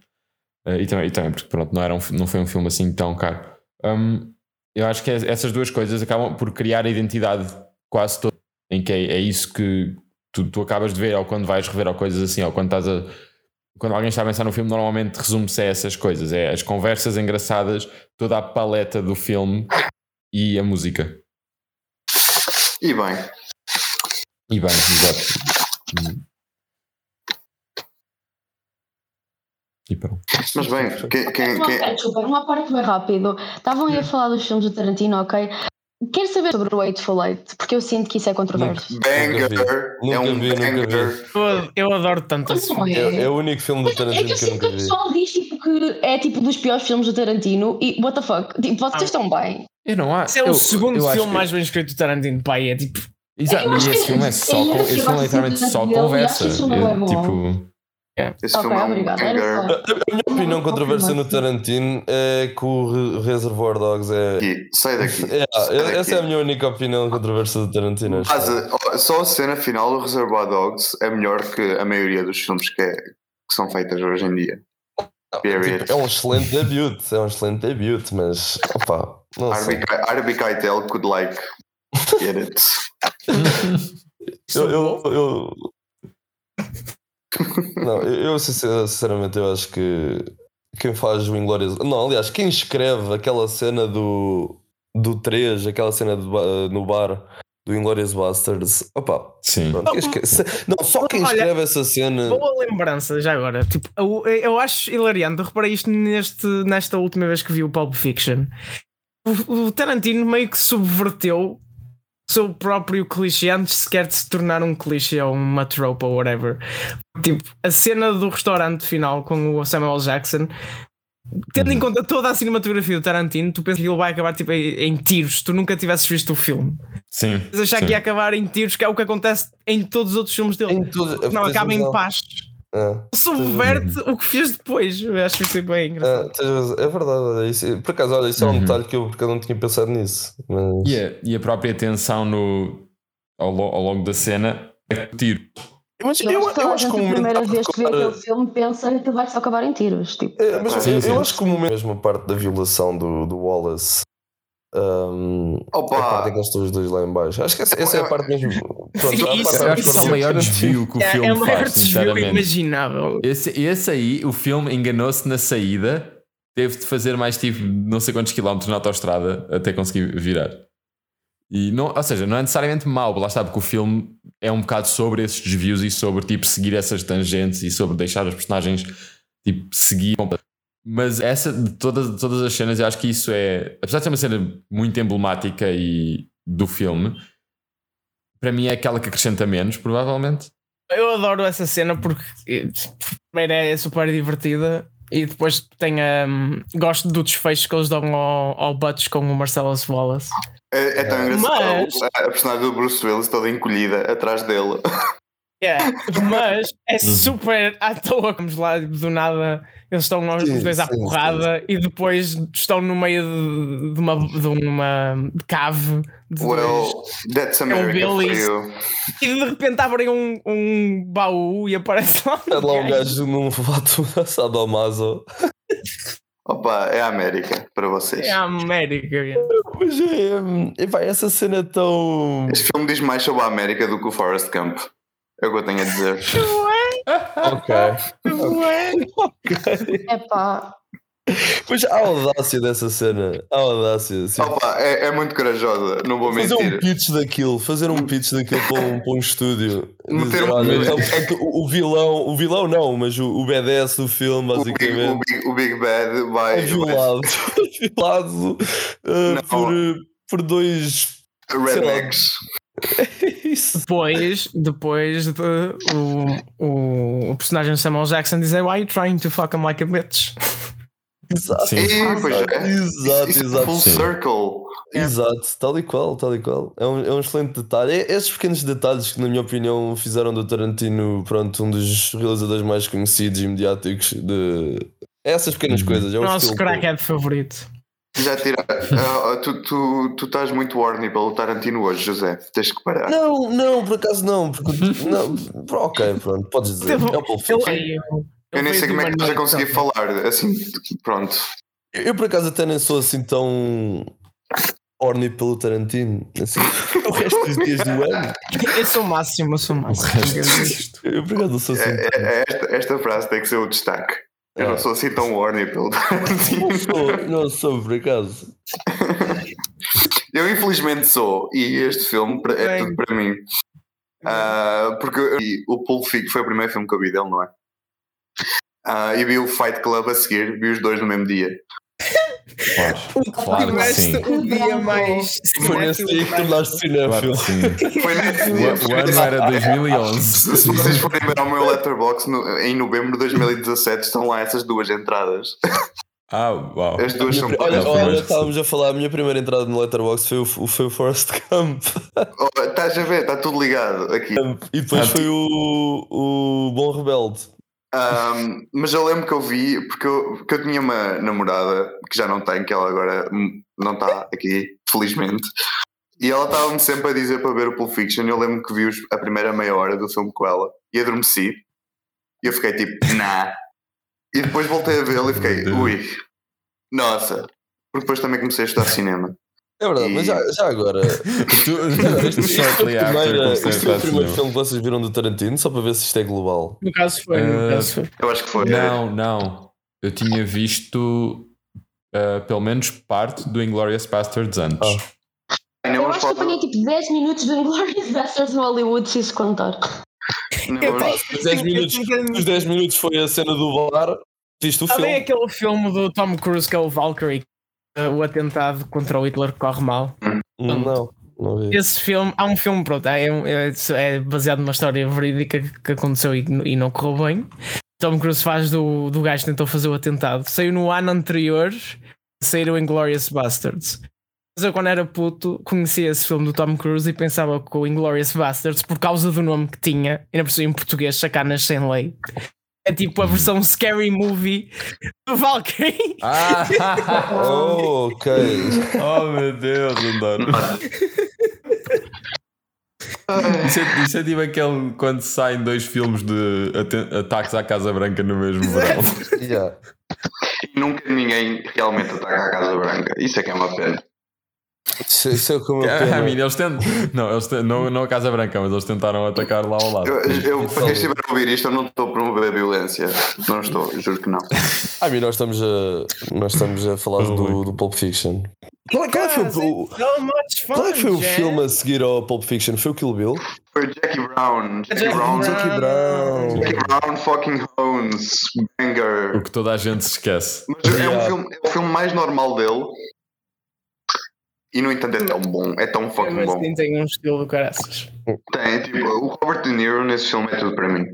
Speaker 1: Eh, e, também, e também, porque pronto, não, era um fi- não foi um filme assim tão caro. Hum, eu acho que es- essas duas coisas acabam por criar a identidade quase toda, em que é, é isso que tu, tu acabas de ver, ou quando vais rever, ou coisas assim, ou quando estás a quando alguém está a pensar no filme, normalmente resume-se a essas coisas: é as conversas engraçadas, toda a paleta do filme e a música.
Speaker 3: E bem,
Speaker 1: E bem, exato. E pronto.
Speaker 3: mas bem, quem, quem, quem-
Speaker 2: Uma- Desculpa, uma parte bem rápido. Estavam aí a falar dos filmes do Tarantino, ok? Quero saber sobre o Eightful Eight, porque eu sinto que isso é controverso.
Speaker 3: banger
Speaker 5: Nunca vi,
Speaker 3: é um
Speaker 5: nunca vi, nunca
Speaker 3: banger.
Speaker 4: Eu, eu adoro
Speaker 1: Uhum.
Speaker 4: tanto
Speaker 1: Ah,
Speaker 4: esse filme.
Speaker 2: Não
Speaker 5: É, é o único filme do
Speaker 2: É que
Speaker 5: Tarantino
Speaker 2: eu
Speaker 5: que eu
Speaker 2: sinto que
Speaker 5: nunca
Speaker 2: o
Speaker 5: vi.
Speaker 2: pessoal diz tipo, que é tipo dos piores filmes do Tarantino e what the fuck? Tipo, vocês
Speaker 4: Ah.
Speaker 2: estão bem.
Speaker 1: Eu não acho.
Speaker 4: Esse é o
Speaker 1: eu-
Speaker 4: segundo
Speaker 1: eu acho
Speaker 4: filme
Speaker 1: que-
Speaker 4: mais bem escrito do Tarantino, pai. É tipo,
Speaker 1: Exato,
Speaker 2: Eu
Speaker 1: mas
Speaker 2: acho
Speaker 1: esse
Speaker 2: que-
Speaker 1: filme é só.
Speaker 2: eu
Speaker 1: con-
Speaker 2: acho
Speaker 1: Esse
Speaker 2: que eu
Speaker 1: filme é
Speaker 2: gosto
Speaker 1: literalmente
Speaker 2: muito
Speaker 1: só
Speaker 2: dele e acho que
Speaker 1: conversa.
Speaker 2: isso não é
Speaker 1: Eu,
Speaker 2: bom.
Speaker 1: tipo.
Speaker 3: Esse
Speaker 2: Ok,
Speaker 3: filme é um
Speaker 2: obrigada. era
Speaker 3: banger.
Speaker 2: só.
Speaker 5: A minha opinião
Speaker 2: Não,
Speaker 5: controversa no
Speaker 2: confirmação.
Speaker 5: Tarantino é que o Re- Reservoir Dogs é.
Speaker 3: Aqui, sai daqui.
Speaker 5: É,
Speaker 3: sai
Speaker 5: essa é a
Speaker 3: daqui.
Speaker 5: minha única opinião controversa do Tarantino. acho.
Speaker 3: Mas, eh, só a cena final do Reservoir Dogs é melhor que a maioria dos filmes que, é- que são feitas hoje em dia. Period.
Speaker 5: Tipo, é um excelente debut, é um excelente debut, mas opa, não sei.
Speaker 3: Harvey Ke- Harvey Keitel could like get it.
Speaker 5: Eu, eu, eu- Não, eu, eu sincer- sinceramente eu acho que quem faz o Inglórias. Não, aliás, quem escreve aquela cena do, do 3, aquela cena do ba- no bar do Inglórias Bastards, opa,
Speaker 1: Sim.
Speaker 5: pronto, quem escre- se- não, só quem
Speaker 4: Olha,
Speaker 5: escreve essa cena.
Speaker 4: boa lembrança já agora. Tipo, eu, eu acho hilariante. Eu reparei isto neste, nesta última vez que vi o Pulp Fiction. O, o Tarantino meio que subverteu o seu próprio clichê antes sequer de se tornar um clichê ou uma tropa ou whatever. Tipo, a cena do restaurante final com o Samuel Jackson. Tendo em conta toda a cinematografia do Tarantino, tu pensas que ele vai acabar tipo, em em tiros, se tu nunca tivesses visto o filme.
Speaker 1: Sim.
Speaker 4: Mas achar
Speaker 1: sim.
Speaker 4: que ia acabar em tiros, que é o que acontece em todos os outros filmes dele.
Speaker 5: Em tudo,
Speaker 4: não, acaba em
Speaker 5: razão.
Speaker 4: paz.
Speaker 5: É.
Speaker 4: Subverte o que fez depois. Eu acho isso bem engraçado.
Speaker 5: É, tens razão. É verdade, olha, isso, por acaso, olha, isso é um
Speaker 1: Uhum.
Speaker 5: detalhe que eu, porque eu não tinha pensado nisso. Mas...
Speaker 1: E a, e a própria tensão no, ao, lo- ao longo da cena é que tiro.
Speaker 5: Mas
Speaker 2: Eu, acho que toda a gente,
Speaker 5: o
Speaker 2: a
Speaker 5: momento
Speaker 2: primeira
Speaker 5: está
Speaker 2: vez que vê
Speaker 5: para-
Speaker 2: aquele filme, pensa que vai só acabar em tiros. Tipo,
Speaker 5: É, mas
Speaker 3: Sim,
Speaker 5: eu,
Speaker 1: sim.
Speaker 5: eu acho que o momento, mesmo a parte da violação do, do Wallace, hum, a parte em
Speaker 3: Opa!
Speaker 5: que eles estão os dois lá em baixo, acho que essa, essa é a parte mesmo. Pronto,
Speaker 4: Sim,
Speaker 5: a
Speaker 4: isso-
Speaker 5: parte
Speaker 1: Eu acho que isso é o
Speaker 5: mais
Speaker 1: maior desvio que o filme
Speaker 4: é o maior
Speaker 1: faz,
Speaker 4: desvio
Speaker 1: sinceramente.
Speaker 4: imaginável.
Speaker 1: Esse, esse aí, o filme enganou-se na saída, teve de fazer mais tipo não sei quantos quilómetros na autostrada até conseguir virar. E não, ou seja, não é necessariamente mau, lá está, porque o filme é um bocado sobre esses desvios e sobre tipo seguir essas tangentes e sobre deixar os personagens tipo seguir. Mas essa de todas, de todas as cenas, eu acho que isso é, apesar de ser uma cena muito emblemática e do filme, para mim é aquela que acrescenta menos, provavelmente.
Speaker 4: Eu adoro essa cena porque eh, primeiro é super divertida e depois tem a. gosto do desfecho que eles dão ao, ao Butch com o Marcelo Wallace.
Speaker 3: É, é tão engraçado.
Speaker 4: Mas-
Speaker 3: A a personagem do Bruce Willis toda encolhida atrás dele.
Speaker 4: Yeah, mas é
Speaker 1: Uhum.
Speaker 4: super à toa, vamos lá, do nada eles estão os
Speaker 5: Sim,
Speaker 4: dois à
Speaker 5: sim,
Speaker 4: porrada e depois estão no meio de, de uma, de uma cave de dois.
Speaker 3: Well, that's America for
Speaker 4: é um Willis.
Speaker 3: you.
Speaker 4: e de repente abrem um, um baú e aparece lá,
Speaker 5: Está lá um
Speaker 4: gajo.
Speaker 5: gajo num fato assado ao maso.
Speaker 3: Opa, é a América para vocês.
Speaker 4: É a América. yeah.
Speaker 5: Mas é. hum, epá, essa cena tão.
Speaker 3: Este filme diz mais sobre a América do que o Forrest Gump. É o que eu tenho a dizer.
Speaker 5: Ok.
Speaker 2: É pá.
Speaker 5: Mas a audácia dessa cena. A audácia. Assim,
Speaker 3: Opa, é, é muito corajosa, não vou
Speaker 4: é
Speaker 5: fazer um
Speaker 3: mentir.
Speaker 5: pitch daquilo, fazer um pitch daquilo para um, para um estúdio.
Speaker 3: Meter
Speaker 5: Dizer,
Speaker 3: um-
Speaker 5: olha, então, portanto, o o vilão, o vilão não, mas o, o BDS do filme,
Speaker 3: O big, o,
Speaker 5: basicamente,
Speaker 3: big, o Big Bad vai.
Speaker 5: é violado. É violado uh,
Speaker 3: Não.
Speaker 5: por, uh, por dois.
Speaker 3: Rednecks.
Speaker 5: Isso.
Speaker 4: Depois, depois de, o, o, o personagem Samuel Jackson dizer Why are you trying to fuck him like a bitch?
Speaker 5: Exato.
Speaker 1: Sim.
Speaker 3: E, pois é.
Speaker 5: Exato,
Speaker 3: Isso é
Speaker 5: exato.
Speaker 3: Full
Speaker 1: sim.
Speaker 3: circle.
Speaker 5: Exato, tal e qual, tal e qual. É um, é um excelente detalhe. É, esses pequenos detalhes que, na minha opinião, fizeram do Tarantino pronto, um dos realizadores mais conhecidos e mediáticos de. Essas pequenas
Speaker 1: Uhum.
Speaker 5: coisas. É um
Speaker 4: Nosso
Speaker 5: estilo
Speaker 4: crackhead favorito.
Speaker 3: Já tira. Ah, ah, tu, tu, tu estás muito horny pelo Tarantino hoje, José. Tens que parar.
Speaker 5: Não, não, por acaso não. Porque, não pr- ok, pronto, podes dizer. É
Speaker 4: Ele-
Speaker 5: o Pulp Fiction.
Speaker 4: ele-
Speaker 3: eu nem
Speaker 4: ele foi
Speaker 3: sei como é que estás a
Speaker 4: de uma
Speaker 3: conseguir
Speaker 4: noite,
Speaker 3: falar. Assim, pronto.
Speaker 5: Eu, eu, por acaso, até nem sou assim tão. Orne pelo Tarantino, assim, o resto dos dias do ano.
Speaker 4: então. Eu sou o máximo, eu sou o
Speaker 1: O resto
Speaker 4: máximo.
Speaker 1: disto.
Speaker 5: Eu, por acaso, não sou assim.
Speaker 3: É- é- é esta, esta frase tem que ser o destaque. Eu
Speaker 5: É.
Speaker 3: não sou assim tão horny
Speaker 5: Não
Speaker 3: pelo Tarantino.
Speaker 5: sou, não sou, por acaso.
Speaker 3: Eu infelizmente sou, e este filme pra- é
Speaker 4: Bem.
Speaker 3: tudo para mim. Ah, porque eu- e o Pulp Fiction foi o primeiro filme que eu vi dele, não é? Ah, e vi o Fight Club a seguir, vi os dois no mesmo dia.
Speaker 1: Claro, claro que
Speaker 4: Tiveste
Speaker 1: sim.
Speaker 4: um dia mais.
Speaker 5: Foi nesse
Speaker 4: assim
Speaker 5: dia que tornaste
Speaker 1: Claro
Speaker 5: cinéfilo.
Speaker 1: que sim.
Speaker 3: Foi nesse dia.
Speaker 1: O, o ano era 2011.
Speaker 3: Se se vocês forem ver ao meu letterbox no- em novembro de 2017, estão lá essas duas entradas.
Speaker 1: Ah, uau.
Speaker 3: As duas
Speaker 5: Minha
Speaker 3: são.
Speaker 5: pri-
Speaker 1: Não,
Speaker 5: Olha,
Speaker 1: foi
Speaker 5: olha,
Speaker 1: mais
Speaker 5: estávamos a falar, a minha primeira entrada no Letterboxd foi o, foi o Forrest Gump.
Speaker 3: Oh, estás a ver, está tudo ligado aqui.
Speaker 5: E depois
Speaker 1: Ah,
Speaker 5: foi o, o Bom Rebelde.
Speaker 3: Um, mas eu lembro que eu vi, porque eu, porque eu tinha uma namorada que já não tenho, que ela agora hum, não está aqui, felizmente. E ela estava-me sempre a dizer para ver o Pulp Fiction. e Eu lembro que vi os- a primeira meia hora do filme com ela e adormeci. E eu fiquei tipo, nah. E depois voltei a vê-lo e fiquei, ui, nossa. Porque depois também comecei a estudar cinema.
Speaker 5: É verdade,
Speaker 3: E-
Speaker 5: mas já, já agora. é
Speaker 1: Tu, shortly
Speaker 5: Isto
Speaker 1: after
Speaker 5: primeira-
Speaker 1: comecei a
Speaker 5: isto foi
Speaker 1: estudar
Speaker 5: o primeiro
Speaker 1: cinema.
Speaker 5: filme que vocês viram do Tarantino, só para ver se isto é global.
Speaker 4: No caso foi, no
Speaker 1: Eh,
Speaker 4: caso foi.
Speaker 3: Eu acho que foi.
Speaker 1: Não, não. Eu tinha visto ah, pelo menos parte do Inglorious Bastards antes.
Speaker 5: Ah.
Speaker 3: Ainda
Speaker 2: Eu
Speaker 3: vamos
Speaker 2: acho que
Speaker 3: falar-
Speaker 2: apanhei tipo 10 minutos de Inglourious Basterds no Hollywood, se isso contar.
Speaker 3: ainda
Speaker 4: Eu
Speaker 3: vamos-
Speaker 4: tenho-
Speaker 5: Os 10
Speaker 4: eu
Speaker 5: minutos,
Speaker 4: tenho-
Speaker 5: os 10 minutos foi a cena do bar, viste o
Speaker 4: Também
Speaker 5: filme.
Speaker 4: aquele filme do Tom Cruise que é o Valkyrie, eh, o atentado contra o Hitler que corre mal.
Speaker 5: Hum, Não, não vi.
Speaker 4: Esse filme, há um filme, pronto, é, um- é- é baseado numa história verídica que- que aconteceu e, e não correu bem. Tom Cruise faz do, do gajo que tentou fazer o atentado. Saiu no ano anterior, saiu em Glorious Bastards. Mas eu, quando era puto, conhecia esse filme do Tom Cruise e pensava que o Inglorious Bastards, por causa do nome que tinha, ainda por cima em português, Sacanas Sem Lei, é tipo a versão Scary Movie do Valkyrie.
Speaker 1: Ah,
Speaker 5: Oh, ok.
Speaker 1: oh meu Deus, Andor. Isso é, isso é tipo aquele quando saem dois filmes de aten- ataques à Casa Branca no mesmo verão.
Speaker 5: Yeah.
Speaker 3: Nunca ninguém realmente ataca a Casa Branca. Isso é que é uma pena.
Speaker 5: Isso, isso é como eu
Speaker 1: I mean,
Speaker 5: pena.
Speaker 1: eles tentam. Não, eles ten- não, não a Casa Branca, mas eles tentaram atacar lá ao lado.
Speaker 3: Eu, eu- para
Speaker 5: Fala.
Speaker 3: quem estiver a ouvir isto, eu não estou a promover a violência. Não estou, juro que não.
Speaker 5: I mean, Ah, nós estamos a, nós estamos a falar
Speaker 1: Oh,
Speaker 5: do, do Pulp Fiction. Qual, qual é que foi o- o,
Speaker 4: So much fun,
Speaker 5: Qual é que foi o
Speaker 4: Jack.
Speaker 5: filme a seguir ao Pulp Fiction? Foi o Kill Bill?
Speaker 3: Foi Jackie Brown. Jackie,
Speaker 4: Jack
Speaker 3: Brown.
Speaker 5: Brown. Jackie
Speaker 3: Jackie Brown fucking Hones.
Speaker 1: O
Speaker 3: Banger.
Speaker 1: que toda a gente se esquece.
Speaker 3: Mas é, um
Speaker 5: Yeah.
Speaker 3: filme, é o filme mais normal dele. E no entanto é tão bom. É tão fucking
Speaker 4: Mas
Speaker 3: bom.
Speaker 4: sim, tem um estilo do caraças.
Speaker 3: Tem, tipo, o Robert De Niro nesse filme é tudo para mim.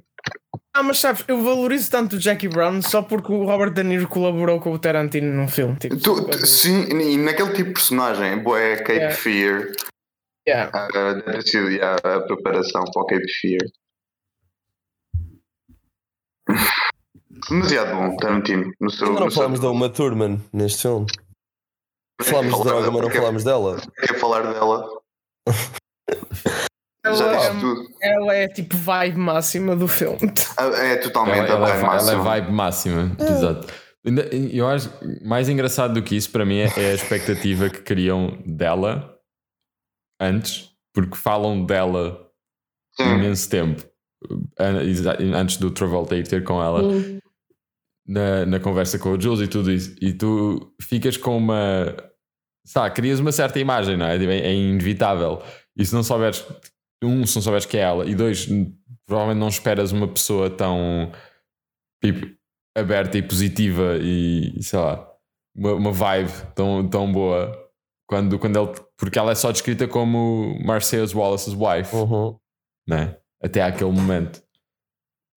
Speaker 4: Ah, mas sabes, eu valorizo tanto o Jackie Brown só porque o Robert De Niro colaborou com o Tarantino num filme. Tipo,
Speaker 3: Tu- tu- sim, e naquele tipo de personagem, boé, Cape
Speaker 4: Yeah.
Speaker 3: Fear.
Speaker 4: Yeah.
Speaker 3: Ah, deve ter sido yeah, a preparação para o Cape Fear. Demasiado bom, Tarantino. No seu,
Speaker 5: Ainda
Speaker 3: no
Speaker 5: não
Speaker 3: seu-
Speaker 5: falámos da Uma Thurman neste filme.
Speaker 3: Por que
Speaker 5: Falámos de
Speaker 3: falar-
Speaker 5: droga, mas não
Speaker 3: por que-
Speaker 5: falámos dela.
Speaker 3: por que falar dela. Já
Speaker 4: Ela,
Speaker 3: disse
Speaker 4: é,
Speaker 3: tudo.
Speaker 4: ela é tipo vibe máxima do filme.
Speaker 3: Ah, É
Speaker 1: Ela,
Speaker 3: totalmente
Speaker 1: ela
Speaker 3: a
Speaker 1: é, ela
Speaker 3: vibe
Speaker 1: é
Speaker 3: máxima.
Speaker 1: vibe máxima. Exato. Ainda- Eu acho mais engraçado do que isso para mim é é a expectativa que criam dela antes, porque falam dela
Speaker 3: Sim.
Speaker 1: imenso tempo an- exa- antes do Travolta ir ter com ela
Speaker 2: Hum.
Speaker 1: na, na conversa com o Jules e tudo isso, e tu ficas com uma. Sabe, crias uma certa imagem, não é? Tipo, É, é inevitável. E se não souberes, um, se não souberes que é ela, e dois, n- provavelmente não esperas uma pessoa tão tipo, aberta e positiva e sei lá, uma, uma vibe tão, tão boa. Quando, quando ele, porque ela é só descrita como Marceus Wallace's wife,
Speaker 5: Uhum.
Speaker 1: né? até àquele momento.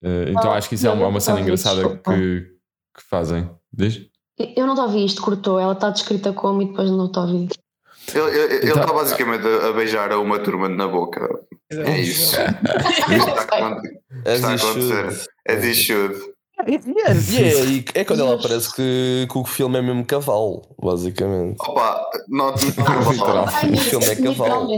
Speaker 1: Eh, então
Speaker 2: Ah,
Speaker 1: acho que isso é
Speaker 2: não,
Speaker 1: uma,
Speaker 2: eu
Speaker 1: uma cena
Speaker 2: não vi,
Speaker 1: engraçada
Speaker 2: desculpa.
Speaker 1: que, que fazem. Diz?
Speaker 2: Eu não te ouvi isto, cortou. Ela está descrita como e depois não te ouvi.
Speaker 3: Ele ele- ele
Speaker 1: Então-
Speaker 3: está basicamente a a beijar a uma turma na boca. É isso. Isto está a acontecer.
Speaker 5: As
Speaker 3: Está a
Speaker 5: you
Speaker 3: acontecer.
Speaker 5: should.
Speaker 3: As it should.
Speaker 5: E é, aí que- é quando ela aparece que, que o filme é mesmo cavalo, basicamente.
Speaker 3: Opa, not,
Speaker 1: Literal.
Speaker 5: O filme é cavalo.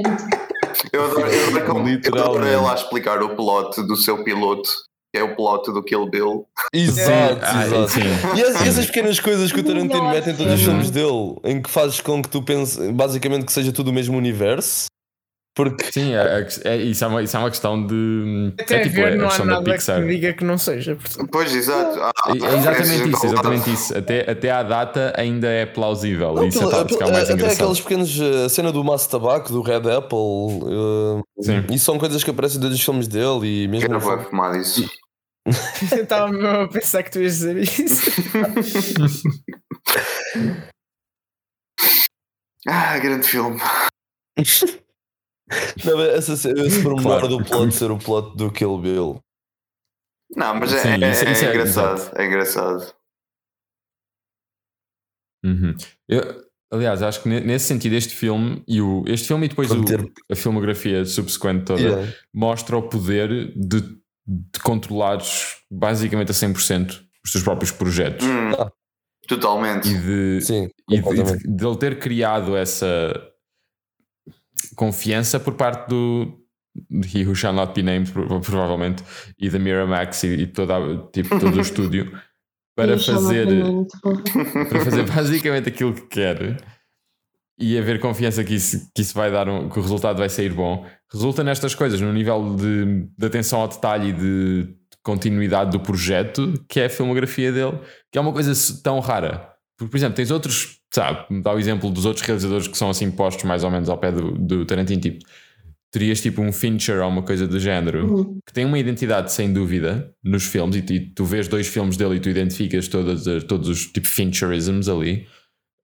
Speaker 3: Eu adoro, eu adoro como- eu adoro
Speaker 5: Literalmente.
Speaker 3: ele a explicar o plot do seu piloto, que é o plot do Kill Bill.
Speaker 4: É,
Speaker 5: Exato,
Speaker 1: Ah,
Speaker 5: exato.
Speaker 1: sim.
Speaker 5: E as- e essas pequenas coisas que o Tarantino
Speaker 2: Nossa.
Speaker 5: mete em todos os filmes dele, em que fazes com que tu penses, basicamente, que seja tudo o mesmo universo, porque
Speaker 1: Sim, é, é- é- isso, é uma, isso é uma questão de.
Speaker 4: Até
Speaker 1: é tipo
Speaker 4: ver,
Speaker 1: é, a
Speaker 4: não há
Speaker 1: questão da
Speaker 4: nada
Speaker 1: Pixar.
Speaker 4: que diga que não seja. portanto.
Speaker 3: Pois, exato. Ah, Há-
Speaker 1: É
Speaker 5: Ah,
Speaker 3: há
Speaker 1: é exatamente
Speaker 3: referências
Speaker 1: isso,
Speaker 3: ao-
Speaker 1: exatamente isso. Até, até à data ainda é plausível.
Speaker 5: Não,
Speaker 1: isso
Speaker 5: aquilo-
Speaker 1: é tá a ficar
Speaker 5: aquilo-
Speaker 1: mais
Speaker 5: até
Speaker 1: engraçado.
Speaker 5: aqueles pequenos. A eh, cena do maço de tabaco, do Red Apple. uh,
Speaker 1: Sim.
Speaker 5: isso são coisas que aparecem em todos os filmes dele e
Speaker 3: Eu
Speaker 5: mesmo.
Speaker 3: não vou fumar isso.
Speaker 4: Eu estava mesmo a pensar que tu ias dizer isso.
Speaker 3: Ah, grande filme.
Speaker 5: Não, mas essa, ce- esse pormenor
Speaker 1: Claro.
Speaker 5: do plot ser o plot do Kill Bill.
Speaker 3: Não, mas é,
Speaker 1: Sim,
Speaker 3: é-
Speaker 1: isso-
Speaker 3: é
Speaker 1: isso é
Speaker 3: engraçado. É engraçado.
Speaker 1: Uhum. Eu- aliás, acho que ne- nesse sentido, este filme e o, este filme e depois o-
Speaker 5: Ter-
Speaker 1: a filmografia subsequente toda
Speaker 5: Yeah.
Speaker 1: mostra o poder de, de controlares basicamente a 100% os teus próprios projetos.
Speaker 3: Hum,
Speaker 5: Ah.
Speaker 3: totalmente.
Speaker 1: E de,
Speaker 5: Sim,
Speaker 1: E de,
Speaker 5: completamente.
Speaker 1: de- de ele ter criado essa confiança por parte do de He Who Shall Not Be Named, pro- provavelmente, e da Miramax e, e toda a- tipo, todo o estúdio para fazer,
Speaker 2: tipo,
Speaker 1: para fazer basicamente aquilo que quer e haver confiança que isso, que isso vai dar um, que o resultado vai sair bom. Resulta nestas coisas, no nível de, de atenção ao detalhe e de continuidade do projeto, que é a filmografia dele, que é uma coisa s- tão rara. Porque, por exemplo, tens outros, sabe, dá o exemplo dos outros realizadores que são assim postos mais ou menos ao pé do, do Tarantino, tipo, terias tipo um Fincher ou uma coisa do género que tem uma identidade sem dúvida nos filmes, e tu, e tu vês dois filmes dele e tu identificas todas as- todos os tipo Fincherisms ali,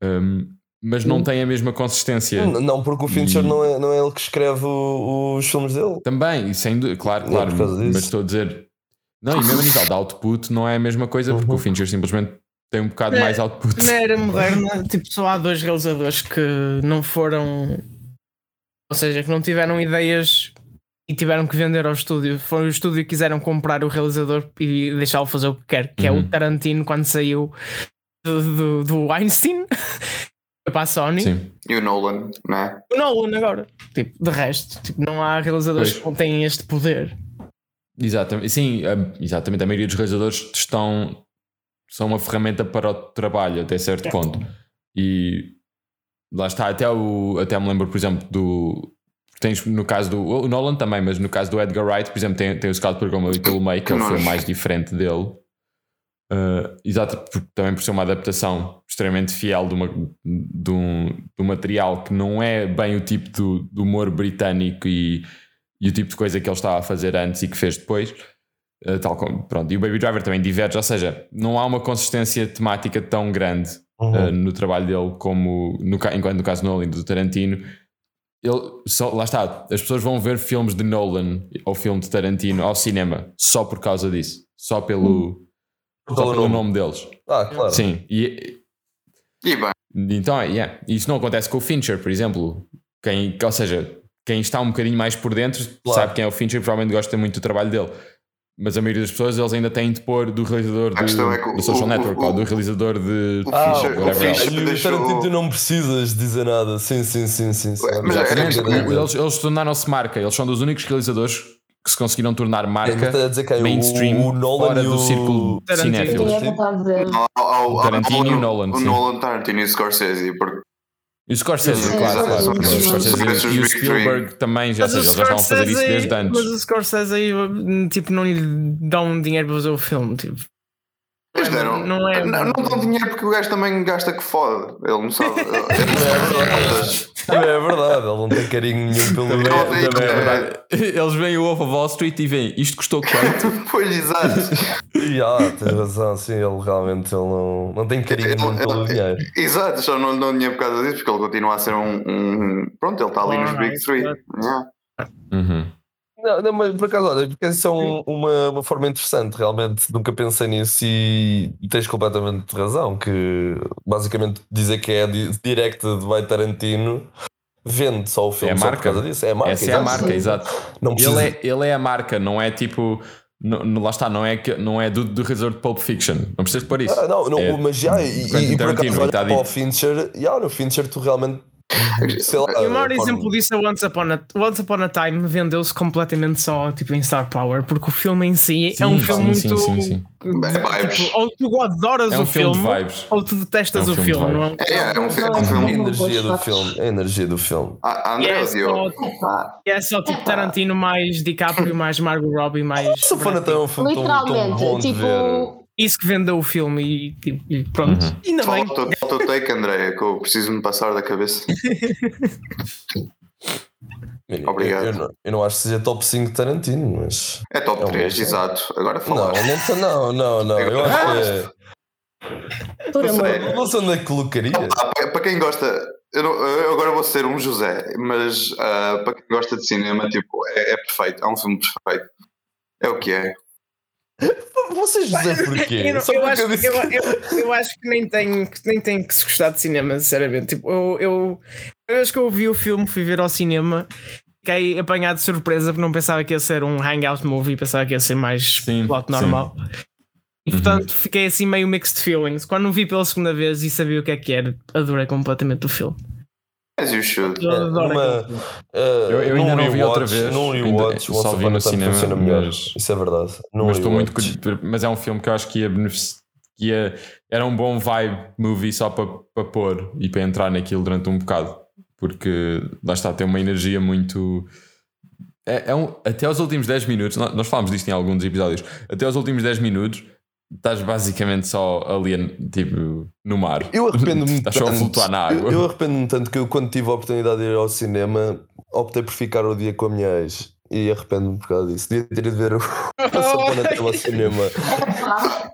Speaker 1: um, mas
Speaker 5: Hum.
Speaker 1: não tem a mesma consistência.
Speaker 5: N- Não, porque o Fincher
Speaker 1: E-
Speaker 5: não, é, não é ele que escreve o- os filmes dele.
Speaker 1: Também, e sem dú- claro,
Speaker 5: Não,
Speaker 1: claro,
Speaker 5: por causa
Speaker 1: mas
Speaker 5: disso.
Speaker 1: estou a dizer, não, e mesmo a nível de output não é a mesma coisa, porque
Speaker 5: Uhum.
Speaker 1: o Fincher simplesmente tem um bocado
Speaker 4: É,
Speaker 1: mais output.
Speaker 4: Na era moderna, tipo, só há dois realizadores que não foram. Ou seja, que não tiveram ideias e tiveram que vender ao estúdio. Foi o estúdio que quiseram comprar o realizador e deixá-lo fazer o que quer, que é
Speaker 1: Uhum.
Speaker 4: o Tarantino quando saiu do, do, do Weinstein foi para a Sony.
Speaker 1: Sim,
Speaker 3: E o Nolan, não é?
Speaker 4: O Nolan agora. Tipo, de resto, tipo, não há realizadores
Speaker 1: Pois.
Speaker 4: que têm este poder.
Speaker 1: exatamente, sim, a- exatamente. A maioria dos realizadores estão são uma ferramenta para o trabalho até certo ponto. E lá está, até, o, até me lembro, por exemplo, do. Tens no caso do. O Nolan também, mas no caso do Edgar Wright, por exemplo, tem, tem o Scout Pilgrim e pelo meio, que é o
Speaker 3: Que
Speaker 1: filme
Speaker 3: nojo.
Speaker 1: mais diferente dele. Uh, exato, por- também por ser uma adaptação extremamente fiel de uma- de um, do material que não é bem o tipo do, do humor britânico e, e o tipo de coisa que ele estava a fazer antes e que fez depois. Uh, tal como, pronto, e o Baby Driver também diverge, ou seja, não há uma consistência temática tão grande
Speaker 3: É.
Speaker 5: Uhum.
Speaker 1: uh, no trabalho dele como no, ca- enquanto no caso do Nolan e do Tarantino. Ele, só, lá está, as pessoas vão ver filmes de Nolan ou filme de Tarantino ao cinema só por causa disso, só pelo, só
Speaker 5: Uhum. Pelo
Speaker 1: pelo
Speaker 5: nome.
Speaker 1: nome deles.
Speaker 5: Ah, claro.
Speaker 1: Sim, e
Speaker 3: E bem,
Speaker 1: então, yeah, isso não acontece com o Fincher, por exemplo. Quem, ou seja, quem está um bocadinho mais por dentro
Speaker 5: Claro.
Speaker 1: sabe quem é o Fincher e provavelmente gosta muito do trabalho dele. Mas a maioria das pessoas eles ainda têm de pôr do realizador
Speaker 3: A questão
Speaker 1: do,
Speaker 3: é que o-
Speaker 1: do Social
Speaker 3: o-
Speaker 1: Network
Speaker 3: o-
Speaker 1: ou do realizador de.
Speaker 3: o
Speaker 5: Ah,
Speaker 3: Fincher-
Speaker 5: o
Speaker 1: whatever else.
Speaker 5: Fincher e o
Speaker 3: deixou-
Speaker 5: Tarantino tu não precisas dizer nada. Sim, sim, sim, sim. sim.
Speaker 3: Ué, mas é-
Speaker 1: Exatamente.
Speaker 3: é- é-
Speaker 1: Eles, eles tornaram-se marca, eles são dos únicos realizadores que se conseguiram tornar marca
Speaker 5: Estás a dizer que é o-
Speaker 1: mainstream
Speaker 5: o Nolan
Speaker 1: fora
Speaker 5: e
Speaker 1: do
Speaker 5: o-
Speaker 1: círculo
Speaker 4: Tarantino.
Speaker 1: cinéfilo.
Speaker 5: Eles-
Speaker 2: Tinha vontade é de
Speaker 4: Hum.
Speaker 2: dizer.
Speaker 3: Ao- ao- ao-
Speaker 1: Tarantino e
Speaker 3: ao-
Speaker 1: Nolan,
Speaker 3: O
Speaker 1: sim.
Speaker 3: Nolan, Tarantino e o Scorsese, porque
Speaker 1: E o Scorsese,
Speaker 2: Sim,
Speaker 1: claro,
Speaker 2: sim,
Speaker 1: claro.
Speaker 2: sim,
Speaker 1: claro.
Speaker 2: sim.
Speaker 1: O Scorsese e o
Speaker 3: Sim.
Speaker 1: Spielberg também, já, ou
Speaker 4: Mas
Speaker 1: seja,
Speaker 4: o
Speaker 1: eles já estavam a fazer isso
Speaker 4: Scorsese-
Speaker 1: desde antes.
Speaker 4: Mas o Scorsese aí, tipo, não lhe dão dinheiro para fazer o filme. Tipo.
Speaker 3: eles
Speaker 4: Não é-
Speaker 3: deram.
Speaker 4: não é-
Speaker 3: não, não dão dinheiro porque o gajo também gasta que fode. Ele não sabe. ele-
Speaker 5: Também
Speaker 3: ele-
Speaker 5: é verdade. Também é verdade, ele não tem carinho nenhum pelo
Speaker 1: Também
Speaker 3: Não,
Speaker 1: é- também é
Speaker 3: é-
Speaker 1: verdade. Eles veem o Wolf of Wall Street e veem isto custou quanto?
Speaker 3: pois, exato.
Speaker 5: Yeah, ah, tens razão, sim, ele realmente ele não, não tem carinho
Speaker 3: Ele-
Speaker 5: nenhum pelo
Speaker 3: ele-
Speaker 5: dinheiro.
Speaker 3: Exato, só não lhe dão dinheiro por causa disso, porque ele continua a ser um. um- pronto, ele está ali nos
Speaker 4: Alright,
Speaker 3: Big Three.
Speaker 4: claro.
Speaker 3: Yeah.
Speaker 1: Uhum.
Speaker 5: Não, não, mas por acaso, olha, porque isso é um- uma, uma forma interessante, realmente nunca pensei nisso e tens completamente razão, que basicamente dizer que é di- directed by Tarantino vende só o
Speaker 1: É
Speaker 5: filme
Speaker 1: a
Speaker 5: só
Speaker 1: marca.
Speaker 5: por causa disso. É a marca,
Speaker 1: Essa é a
Speaker 5: exato.
Speaker 1: marca, exato.
Speaker 5: Não precisa.
Speaker 1: Ele é, ele é a marca, não é tipo. não- não- lá está, não é, que- não é do, do resort de Pulp Fiction. Não precisas pôr isso.
Speaker 5: Ah, não, não,
Speaker 1: É,
Speaker 5: mas já, e, e,
Speaker 1: Quentin
Speaker 5: e por
Speaker 1: Tarantino,
Speaker 5: acaso olha
Speaker 1: está
Speaker 5: para o
Speaker 1: dito.
Speaker 5: Fincher, já, no Fincher tu realmente sei lá,
Speaker 4: E
Speaker 1: Ah,
Speaker 4: o maior
Speaker 5: pá,
Speaker 4: exemplo disso é Once Upon a, Once Upon a Time vendeu-se completamente só tipo, em Star Power, porque o filme em si é um
Speaker 1: Sim,
Speaker 4: filme
Speaker 1: sim,
Speaker 4: muito.
Speaker 1: sim, sim, sim.
Speaker 4: tipo,
Speaker 3: vibes.
Speaker 4: ou tu adoras
Speaker 1: É um
Speaker 4: o
Speaker 1: filme
Speaker 4: filme,
Speaker 1: de vibes.
Speaker 4: ou tu detestas
Speaker 1: É um
Speaker 4: o
Speaker 1: filme de
Speaker 4: filme, não é?
Speaker 1: vibes.
Speaker 3: É, é um, fi- é um
Speaker 5: a
Speaker 3: filme.
Speaker 5: energia do
Speaker 2: Não,
Speaker 5: filme, É um a energia do filme.
Speaker 3: Ah, André,
Speaker 4: Yes,
Speaker 3: Diogo.
Speaker 4: não.
Speaker 3: Ah,
Speaker 4: É só tipo Tarantino mais DiCaprio, mais Margot Robbie, mais.
Speaker 5: Essa fana tão, tão, tão bom
Speaker 2: Literalmente,
Speaker 5: de ver.
Speaker 2: tipo,
Speaker 4: Isso que vendeu o filme e, tipo, e pronto.
Speaker 1: Uhum.
Speaker 4: Ainda bem.
Speaker 3: falta o- falta o take, André, que eu preciso me passar da cabeça.
Speaker 5: Mira,
Speaker 3: Obrigado.
Speaker 5: Eu, eu não, eu não acho que seja top 5 Tarantino, mas.
Speaker 3: É top
Speaker 5: É um
Speaker 3: 3,
Speaker 5: bom.
Speaker 3: exato. Agora
Speaker 5: Não,
Speaker 3: falaste.
Speaker 5: não, não, não, não. Eu acho
Speaker 2: por
Speaker 3: Não
Speaker 2: amor.
Speaker 3: sei.
Speaker 5: que é. Não sei onde é que colocaria.
Speaker 3: Ah, para, para quem gosta, eu, não- eu agora vou ser um José, mas ah, para quem gosta de cinema, tipo, é, é perfeito, é um filme perfeito. É o que é.
Speaker 5: Vocês dizem
Speaker 4: Eu,
Speaker 5: porquê?
Speaker 4: não-
Speaker 5: Só
Speaker 4: eu
Speaker 5: porque
Speaker 4: acho,
Speaker 5: eu disse
Speaker 4: eu-
Speaker 5: que.
Speaker 4: eu- eu acho que nem tenho, que nem tenho que se gostar de cinema, sinceramente. Tipo, eu, eu, eu acho que eu vi o filme, fui ver ao cinema, fiquei apanhado de surpresa porque não pensava que ia ser um hangout movie, pensava que ia ser mais
Speaker 1: Sim,
Speaker 4: plot
Speaker 1: sim.
Speaker 4: normal. E,
Speaker 1: Uhum.
Speaker 4: portanto, fiquei assim meio mixed feelings. Quando o vi pela segunda vez e sabia o que é que era, adorei completamente o filme.
Speaker 3: As you
Speaker 1: É,
Speaker 3: should.
Speaker 5: é
Speaker 4: Eu adoro
Speaker 5: numa-
Speaker 4: aquele filme.
Speaker 5: ah,
Speaker 1: Eu- eu
Speaker 5: num
Speaker 1: ainda não vi outra
Speaker 5: rewatch-
Speaker 1: vez.
Speaker 5: Num
Speaker 1: Ainda-
Speaker 5: rewatch,
Speaker 1: só
Speaker 5: Once
Speaker 1: vi
Speaker 5: Upon
Speaker 1: no
Speaker 5: a Time
Speaker 1: cinema,
Speaker 5: funciona melhor.
Speaker 1: mas-
Speaker 5: Isso é verdade. Num
Speaker 1: Mas estou muito.
Speaker 5: rewatch.
Speaker 1: cu- Mas é um filme que eu acho que ia beneficiar. Que ia, era um bom vibe movie só para, para pôr e para entrar naquilo durante um bocado. Porque lá está, tem uma energia muito. É, é um- até os últimos 10 minutos, nó- nós falámos disto em alguns episódios. Até os últimos 10 minutos, estás basicamente só ali, tipo, no mar.
Speaker 5: Eu arrependo-me
Speaker 1: Estás só a flutuar na água.
Speaker 5: Eu, eu arrependo-me tanto que eu, quando tive a oportunidade de ir ao cinema, optei por ficar o dia com a minha ex. E arrependo-me por causa disso. Devia ter ido ver o Sabona Time ao cinema.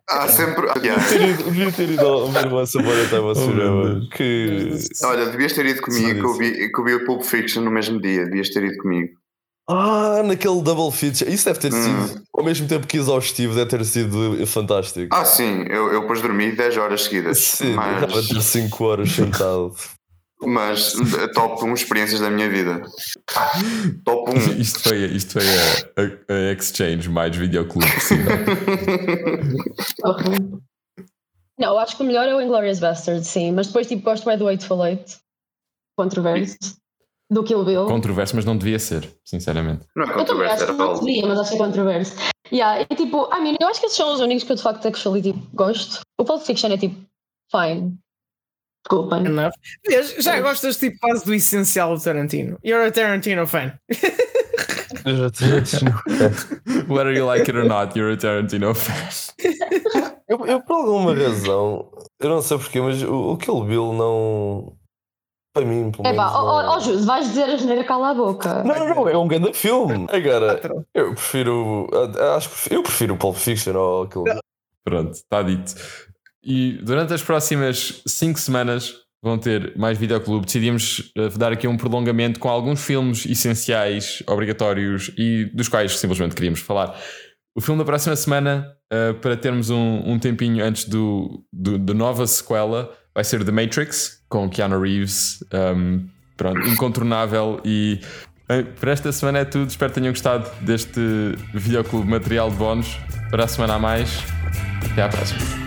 Speaker 3: Há sempre. ah, yeah.
Speaker 5: Ter ido- Devia ter ido ao- ver o Sabona Time ao
Speaker 1: meu
Speaker 5: cinema. Que.
Speaker 3: Olha, devias ter ido comigo, que eu,
Speaker 5: isso.
Speaker 3: vi, que eu vi o Pulp Fiction no mesmo dia, devias ter ido comigo.
Speaker 5: Ah, naquele double feature. Isso deve ter
Speaker 3: Hum.
Speaker 5: sido, ao mesmo tempo que exaustivo, deve ter sido fantástico.
Speaker 3: Ah, sim, eu, eu depois dormi 10 horas seguidas.
Speaker 5: Sim,
Speaker 3: mas,
Speaker 5: dava ter 5 horas sentado.
Speaker 3: mas eh, top 1 experiências da minha vida. Top 1.
Speaker 1: Isto foi, isto foi a, a- a exchange mais videoclube possível.
Speaker 2: Horrível. Não, eu acho que o melhor é o Inglourious Bastard, sim. Mas depois, tipo, gosto mais do 8 for Late. Controverso. Do Kill Bill.
Speaker 1: Controverso, mas não devia ser, sinceramente.
Speaker 3: Não é
Speaker 2: Eu também
Speaker 3: controverso,
Speaker 2: acho
Speaker 3: era
Speaker 2: que não
Speaker 3: Paulo.
Speaker 2: seria, mas acho controverso. Yeah, e tipo, I mean, eu acho que esses são os únicos que eu de facto actually tipo, gosto. O Pulp Fiction é tipo, fine. Desculpem.
Speaker 4: Enough. Vês, Já gostas tipo quase do essencial do Tarantino. You're a Tarantino fan.
Speaker 5: Eu já tinha-
Speaker 1: Whether you like it or not, you're a Tarantino fan.
Speaker 5: Eu, eu, por alguma razão, eu não sei porquê, mas o, o Kill Bill não. Para mim, pelo
Speaker 2: É
Speaker 5: menos.
Speaker 2: pá, ó
Speaker 5: não...
Speaker 2: ó, Júlio, vais dizer a geneira, cala a boca.
Speaker 5: não, não, não, é um grande filme.
Speaker 2: Ah,
Speaker 5: Agora,
Speaker 2: tá.
Speaker 4: Outro.
Speaker 5: eu prefiro. a- Acho, que- eu prefiro o Pulp Fiction ao
Speaker 3: Ah,
Speaker 5: Kill Bill.
Speaker 1: Pronto, está dito. E durante as próximas 5 semanas vão ter mais videoclube. Decidimos eh, dar aqui um prolongamento com alguns filmes essenciais, obrigatórios e dos quais simplesmente queríamos falar. O filme da próxima semana, eh, para termos um, um tempinho antes do, do- da nova sequela, vai ser The Matrix, com Keanu Reeves. um, pronto, incontornável e. bem, Por esta semana é tudo, espero que tenham gostado deste videoclube material de bónus. Para a semana a mais, até à próxima.